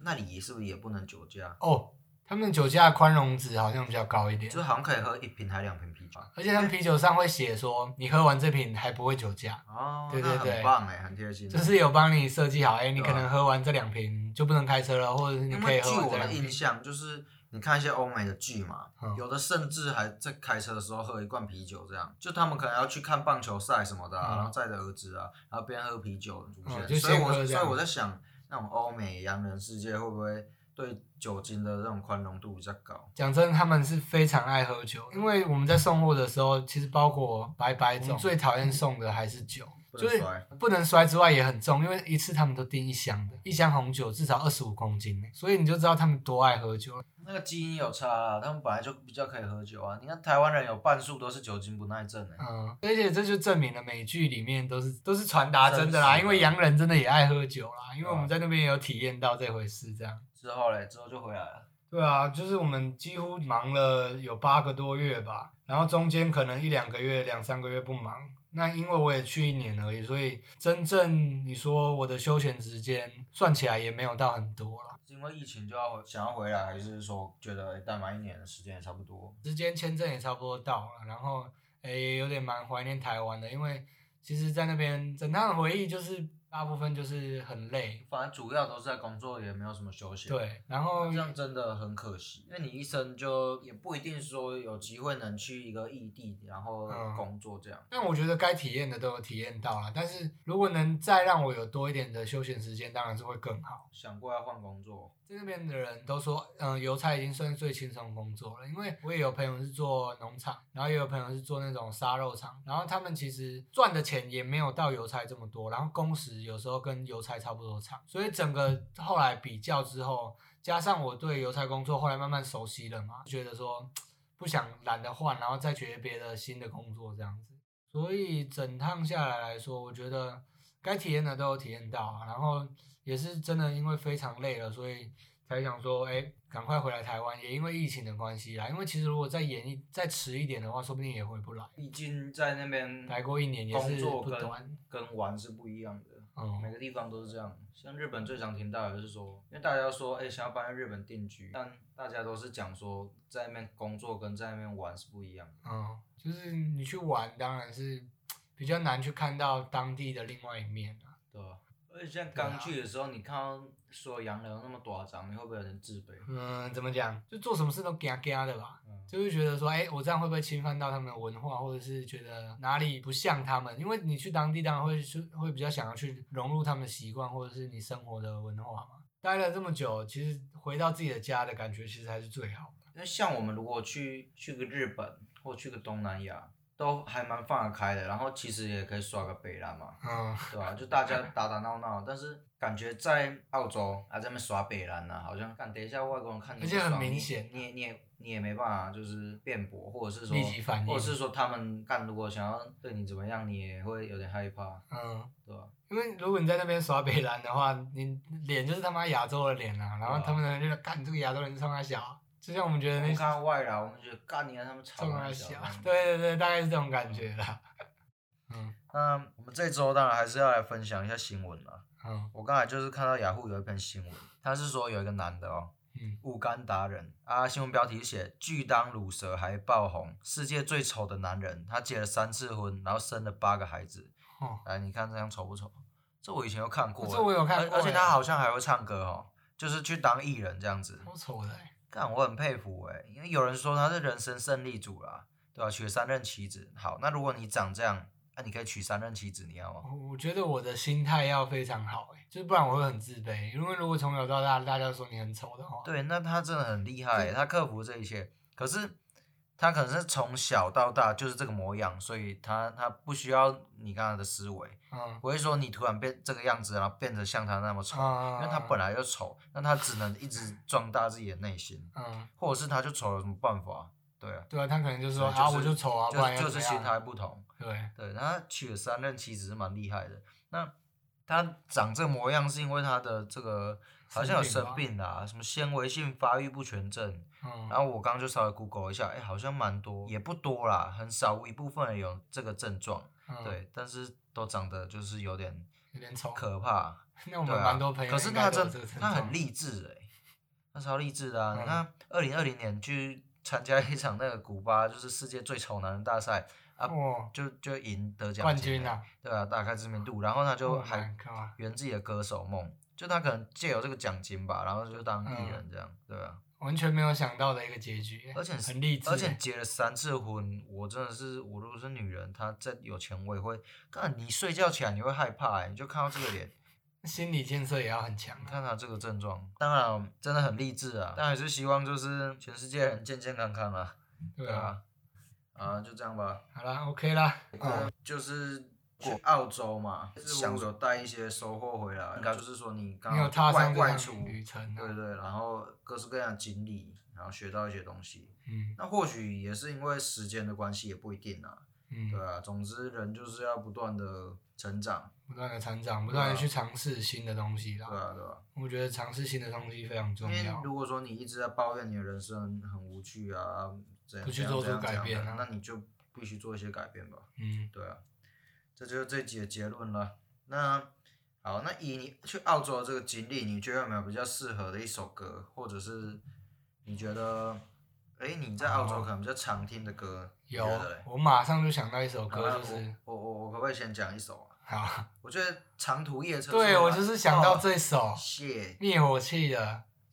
[SPEAKER 1] 那里是不是也不能酒驾？
[SPEAKER 2] 哦，他们酒驾宽容值好像比较高一点
[SPEAKER 1] 就，是好像可以喝一瓶还两瓶啤酒。
[SPEAKER 2] 而且他们啤酒上会写说你喝完这瓶还不会酒驾，
[SPEAKER 1] 哦，
[SPEAKER 2] 对对
[SPEAKER 1] 那
[SPEAKER 2] 对
[SPEAKER 1] 很棒哎、很贴心。
[SPEAKER 2] 就是有帮你设计好，哎，你
[SPEAKER 1] 对啊
[SPEAKER 2] 可能喝完这两瓶就不能开车了，或者是你
[SPEAKER 1] 因
[SPEAKER 2] 可以
[SPEAKER 1] 为
[SPEAKER 2] 喝
[SPEAKER 1] 据
[SPEAKER 2] 完
[SPEAKER 1] 我
[SPEAKER 2] 这两
[SPEAKER 1] 的印
[SPEAKER 2] 瓶。
[SPEAKER 1] 象，就是你看一些欧美的剧嘛，
[SPEAKER 2] 嗯
[SPEAKER 1] 有的甚至还在开车的时候喝一罐啤酒，这样就他们可能要去看棒球赛什么的、啊，
[SPEAKER 2] 嗯
[SPEAKER 1] 然后载着儿子啊，然后边喝啤酒的主
[SPEAKER 2] 嗯
[SPEAKER 1] 线。
[SPEAKER 2] 就
[SPEAKER 1] 所以
[SPEAKER 2] 先
[SPEAKER 1] 我
[SPEAKER 2] 喝这
[SPEAKER 1] 所以
[SPEAKER 2] 样
[SPEAKER 1] 我在想，那种欧美洋人世界会不会？对酒精的那种宽容度比较高。
[SPEAKER 2] 讲真，他们是非常爱喝酒，因为我们在送货的时候，其实包括白白
[SPEAKER 1] 我
[SPEAKER 2] 总
[SPEAKER 1] 们
[SPEAKER 2] 最讨厌送的还是酒，
[SPEAKER 1] 不
[SPEAKER 2] 就
[SPEAKER 1] 能
[SPEAKER 2] 是
[SPEAKER 1] 摔
[SPEAKER 2] 不能摔之外也很重，因为一次他们都订一箱的，一箱红酒至少二十五公斤呢，所以你就知道他们多爱喝酒。
[SPEAKER 3] 那个基因有差
[SPEAKER 1] 啊
[SPEAKER 3] 啦，他们本来就比较可以喝酒啊。你看台湾人有半数都是酒精不耐症
[SPEAKER 1] 欸
[SPEAKER 3] 哎、
[SPEAKER 2] 嗯，而且这就证明了美剧里面都是都是传达真的啦，
[SPEAKER 1] 真实啊
[SPEAKER 2] 因为洋人真的也爱喝酒啦，因为我们在那边也有体验到这回事，这样。
[SPEAKER 3] 之后嘞，之后就回来了。
[SPEAKER 2] 对啊，就是我们几乎忙了有八个多月吧，然后中间可能一两个月、两三个月不忙。那因为我也去一年而已，所以真正你说我的休闲时间算起来也没有到很多啦。
[SPEAKER 1] 是因为疫情就要回想要回来，还是说觉得诶待满一年的时间也差不多？
[SPEAKER 2] 时间签证也差不多到了，然后诶、有点蛮怀念台湾的，因为其实在那边整趟的回忆就是大部分就是很累，
[SPEAKER 1] 反正主要都是在工作，也没有什么休闲。，
[SPEAKER 2] 对，然后
[SPEAKER 1] 这样真的很可惜，因为你一生就也不一定说有机会能去一个异地，然后
[SPEAKER 2] 嗯
[SPEAKER 1] 工作这样。
[SPEAKER 2] 但我觉得该体验的都有体验到了，但是如果能再让我有多一点的休闲时间，当然是会更好。
[SPEAKER 1] 想过要换工作，
[SPEAKER 2] 在那边的人都说，嗯，邮差已经算是最轻松的工作了，因为我也有朋友是做农场，然后也有朋友是做那种杀肉场，然后他们其实赚的钱也没有到邮差这么多，然后工时有时候跟邮差差不多长，所以整个后来比较之后，加上我对邮差工作后来慢慢熟悉了嘛，觉得说不想懒得换，然后再学别的新的工作这样子，所以整趟下来来说，我觉得该体验的都有体验到啊，然后也是真的因为非常累了，所以才想说，哎，赶快回来台湾，也因为疫情的关系啦，因为其实如果再延一再迟一点的话，说不定也回不来。
[SPEAKER 1] 毕竟在那边
[SPEAKER 2] 来过一年也
[SPEAKER 1] 工
[SPEAKER 2] 是
[SPEAKER 1] 作
[SPEAKER 2] 不
[SPEAKER 1] 跟
[SPEAKER 2] 短，
[SPEAKER 1] 跟玩是不一样的。每
[SPEAKER 2] 嗯，
[SPEAKER 1] 个地方都是这样，像日本最常听到的就是说，因为大家都说，哎、想要搬去日本定居，但大家都是讲说，在那边工作跟在那边玩是不一样的。
[SPEAKER 2] 嗯，就是你去玩，当然是比较难去看到当地的另外一面啊。
[SPEAKER 1] 对吧？而且像
[SPEAKER 2] 对啊
[SPEAKER 1] 刚去的时候，你看到说洋人有那么短长，你会不会有点自卑？
[SPEAKER 2] 嗯，怎么讲？就做什么事都嘎嘎的吧，
[SPEAKER 1] 嗯，
[SPEAKER 2] 就是觉得说，哎、我这样会不会侵犯到他们的文化，或者是觉得哪里不像他们？因为你去当地，当然会去，会比较想要去融入他们的习惯，或者是你生活的文化嘛。待了这么久，其实回到自己的家的感觉，其实还是最好的。
[SPEAKER 1] 因为像我们如果去去个日本或去个东南亚，都还蛮放得开的，然后其实也可以耍个北啦嘛，
[SPEAKER 2] 嗯，
[SPEAKER 1] 对吧、就大家打打闹闹，但是感觉在澳洲啊，在那边耍北兰呐、啊，好像干等一下外国人看你
[SPEAKER 2] 而
[SPEAKER 1] 不
[SPEAKER 2] 且
[SPEAKER 1] 爽，
[SPEAKER 2] 很明显啊
[SPEAKER 1] 你也你也你也没办法就是辩驳，或者是说
[SPEAKER 2] 立即反应
[SPEAKER 1] 或者是说他们干如果想要对你怎么样，你也会有点害怕，
[SPEAKER 2] 嗯，
[SPEAKER 1] 对吧、
[SPEAKER 2] 因为如果你在那边耍北兰的话，你脸就是他妈亚洲的脸啊，然后他们人就觉得干这个亚洲人冲他小，就像我们觉
[SPEAKER 1] 我
[SPEAKER 2] 得那
[SPEAKER 1] 们看到外劳，我们觉得干你看啊他们吵
[SPEAKER 2] 冲他
[SPEAKER 1] 那
[SPEAKER 2] 小
[SPEAKER 1] 小，，
[SPEAKER 2] 对对对，大概是这种感觉啦。嗯
[SPEAKER 1] 那我们这周当然还是要来分享一下新闻了。
[SPEAKER 2] 嗯
[SPEAKER 1] 我刚才就是看到雅虎有一篇新闻，他是说有一个男的哦，
[SPEAKER 2] 嗯，
[SPEAKER 1] 五干达人啊，新闻标题写巨当乳蛇还爆红，世界最丑的男人，他结了三次婚，然后生了八个孩子。
[SPEAKER 2] 哦，
[SPEAKER 1] 来，你看这样丑不丑？这我以前有看过，
[SPEAKER 2] 这我有看
[SPEAKER 1] 而
[SPEAKER 2] 过
[SPEAKER 1] 而且
[SPEAKER 2] 欸
[SPEAKER 1] 他好像还会唱歌哦，就是去当艺人这样子。
[SPEAKER 2] 超丑的欸、
[SPEAKER 1] 干，我很佩服哎、因为有人说他是人生胜利组啦，对吧、娶了三任妻子。好，那如果你长这样，那、你可以娶三任妻子，你要吗？
[SPEAKER 2] 哦我我觉得我的心态要非常好、欸，就是不然我会很自卑。因为如果从小到大大家都说你很丑的话，
[SPEAKER 1] 对，那他真的很厉害欸、他克服这一切。可是他可能是从小到大就是这个模样，所以他他不需要你刚才的思维，
[SPEAKER 2] 嗯
[SPEAKER 1] 不会说你突然变这个样子，然后变得像他那么丑，因
[SPEAKER 2] 啊，
[SPEAKER 1] 为他本来就丑，那他只能一直壮大自己的内心，
[SPEAKER 2] 嗯，
[SPEAKER 1] 或者是他就丑有什么办法？对啊，
[SPEAKER 2] 对啊，他可能就说、
[SPEAKER 1] 对
[SPEAKER 2] 啊，
[SPEAKER 1] 就是
[SPEAKER 2] 我就丑啊，不然
[SPEAKER 1] 就
[SPEAKER 2] 又
[SPEAKER 1] 就
[SPEAKER 2] 怎
[SPEAKER 1] 是
[SPEAKER 2] 样
[SPEAKER 1] 心态不同。
[SPEAKER 2] 对，
[SPEAKER 1] 对，他娶了三任妻子是蛮厉害的。那他长这模样是因为他的这个好像有
[SPEAKER 2] 生病
[SPEAKER 1] 生
[SPEAKER 2] 吧
[SPEAKER 1] 病啦、什么纤维性发育不全症。然
[SPEAKER 2] 嗯
[SPEAKER 1] 后我刚刚就稍微 Google 一下，哎，好像蛮多，也不多啦，很少一部分人有这个症状。
[SPEAKER 2] 嗯，，
[SPEAKER 1] 对，但是都长得就是有点
[SPEAKER 2] 有点丑。
[SPEAKER 1] 可怕。
[SPEAKER 2] 那哦我
[SPEAKER 1] 对
[SPEAKER 2] 们
[SPEAKER 1] 啊
[SPEAKER 2] 蛮多朋友
[SPEAKER 1] 可是
[SPEAKER 2] 应该
[SPEAKER 1] 他
[SPEAKER 2] 都有
[SPEAKER 1] 真
[SPEAKER 2] 这个症状，
[SPEAKER 1] 他很励志哎、他超励志的啊！
[SPEAKER 2] 嗯
[SPEAKER 1] 你看，二零二零年去参加一场那个古巴就是世界最丑男人大赛，啊
[SPEAKER 2] 哦，
[SPEAKER 1] 就就赢得奖
[SPEAKER 2] 冠
[SPEAKER 1] 金
[SPEAKER 2] 军
[SPEAKER 1] 了
[SPEAKER 2] 啊，
[SPEAKER 1] 对啊，打开知名度，然后他就
[SPEAKER 2] Oh
[SPEAKER 1] 还
[SPEAKER 2] my God
[SPEAKER 1] 圆自己的歌手梦，就他可能借由这个奖金吧，然后就当艺人这样，对啊，
[SPEAKER 2] 完全没有想到的一个结局欸，
[SPEAKER 1] 而且
[SPEAKER 2] 很励志欸，
[SPEAKER 1] 而且结了三次婚，我真的是，我如果是女人，她再有钱我也会，看你睡觉起来你会害怕、欸，你就看到这个脸，
[SPEAKER 2] 心理建设也要很强
[SPEAKER 1] 你
[SPEAKER 2] 啊。
[SPEAKER 1] 看他这个症状，当然真的很励志啊，但还是希望就是全世界人健健康康啊，
[SPEAKER 2] 对
[SPEAKER 1] 对
[SPEAKER 2] 啊，
[SPEAKER 1] 啊，啊就这样吧，呃
[SPEAKER 2] 好啦，OK 啦，
[SPEAKER 1] 就是。去澳洲嘛，
[SPEAKER 3] 是
[SPEAKER 1] 想说带一些收获回来，应该就是说你刚
[SPEAKER 2] 你嗯有
[SPEAKER 1] 好
[SPEAKER 2] 踏上
[SPEAKER 1] 外
[SPEAKER 2] 这
[SPEAKER 1] 外
[SPEAKER 2] 趟
[SPEAKER 1] 出，
[SPEAKER 2] 旅程
[SPEAKER 1] 对
[SPEAKER 2] 啊，
[SPEAKER 1] 对，然后各式各样的经历，然后学到一些东西。
[SPEAKER 2] 嗯
[SPEAKER 1] 那或许也是因为时间的关系，也不一定啊。
[SPEAKER 2] 嗯，
[SPEAKER 1] 对啊，总之人就是要不断的成长，
[SPEAKER 2] 不断的成长，不
[SPEAKER 1] 对啊
[SPEAKER 2] 断的去尝试新的东西
[SPEAKER 1] 对
[SPEAKER 2] 啦。
[SPEAKER 1] 啊，对啊。
[SPEAKER 2] 我觉得尝试新的东西非常
[SPEAKER 1] 因
[SPEAKER 2] 重
[SPEAKER 1] 为
[SPEAKER 2] 要。
[SPEAKER 1] 如果说你一直在抱怨你的人生很无趣啊，这样
[SPEAKER 2] 不
[SPEAKER 1] 这
[SPEAKER 2] 去
[SPEAKER 1] 样
[SPEAKER 2] 做出
[SPEAKER 1] 这样
[SPEAKER 2] 改
[SPEAKER 1] 这样
[SPEAKER 2] 变
[SPEAKER 1] 的
[SPEAKER 2] 啊
[SPEAKER 1] 那你就必须做一些改变吧。
[SPEAKER 2] 嗯，
[SPEAKER 1] 对啊，这就是这集的结论了。那好，那以你去澳洲的这个经历，你觉得有没有比较适合的一首歌，或者是你觉得，哎，你在澳洲可能比较常听的歌？你
[SPEAKER 2] 哦
[SPEAKER 1] 觉
[SPEAKER 2] 有
[SPEAKER 1] 得嘞，
[SPEAKER 2] 我马上就想到一首
[SPEAKER 1] 好
[SPEAKER 2] 歌，
[SPEAKER 1] 那
[SPEAKER 2] 就是
[SPEAKER 1] 我我我我可不可以先讲一首啊？
[SPEAKER 2] 好，
[SPEAKER 1] 我觉得长途夜车。
[SPEAKER 2] 对我就是想
[SPEAKER 1] 哦
[SPEAKER 2] 到这首
[SPEAKER 1] 谢
[SPEAKER 2] 灭火器的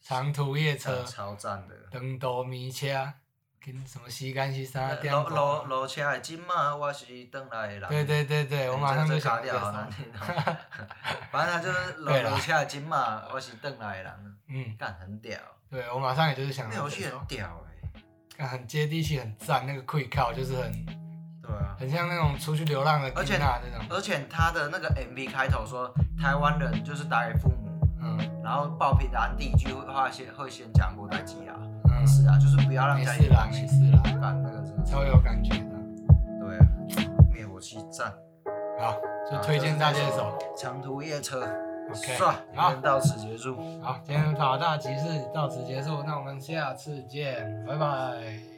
[SPEAKER 2] 《长途夜车》，
[SPEAKER 1] 哦超赞的。
[SPEAKER 2] 灯多米车，跟什么西干西沙点
[SPEAKER 1] 落落落车的金马，我是等来的人。
[SPEAKER 2] 对对对对，
[SPEAKER 1] 哎，
[SPEAKER 2] 我马上
[SPEAKER 1] 这
[SPEAKER 2] 就
[SPEAKER 1] 这卡
[SPEAKER 2] 想到
[SPEAKER 1] 掉，好难
[SPEAKER 2] 这首。
[SPEAKER 1] 听哦。 反正他就是落
[SPEAKER 2] 对啦
[SPEAKER 1] 落车的金马，我是等来的人。
[SPEAKER 2] 嗯，
[SPEAKER 1] 干很屌，
[SPEAKER 2] 对我马上也就是想
[SPEAKER 1] 那
[SPEAKER 2] 到
[SPEAKER 1] 游
[SPEAKER 2] 这
[SPEAKER 1] 戏
[SPEAKER 2] 首
[SPEAKER 1] 很，屌哎、
[SPEAKER 2] 看很接地气，很赞。那个 quick call 就是很
[SPEAKER 1] 对啊，
[SPEAKER 2] 很像那种出去流浪的
[SPEAKER 1] 而且
[SPEAKER 2] 金娜那种，
[SPEAKER 1] 而且他的那个 MV 开头说台湾人就是打给父母，
[SPEAKER 2] 嗯
[SPEAKER 1] 然后报平安第一句话先会先讲莫代基啊，
[SPEAKER 2] 嗯，
[SPEAKER 1] 是啊，就是不要让
[SPEAKER 2] 没
[SPEAKER 1] 家
[SPEAKER 2] 事
[SPEAKER 1] 里
[SPEAKER 2] 啦
[SPEAKER 1] 担
[SPEAKER 2] 没
[SPEAKER 1] 心，
[SPEAKER 2] 事啦，
[SPEAKER 1] 干那个真的是
[SPEAKER 2] 超有感觉的。
[SPEAKER 1] 对啊，灭火器站
[SPEAKER 2] 好，就推荐大家这首。
[SPEAKER 1] 长途夜车，
[SPEAKER 2] OK，
[SPEAKER 1] 算，今
[SPEAKER 2] 好
[SPEAKER 1] 天到此结束。
[SPEAKER 2] 好，今天的跑大集市到此结束，那我们下次见，拜拜。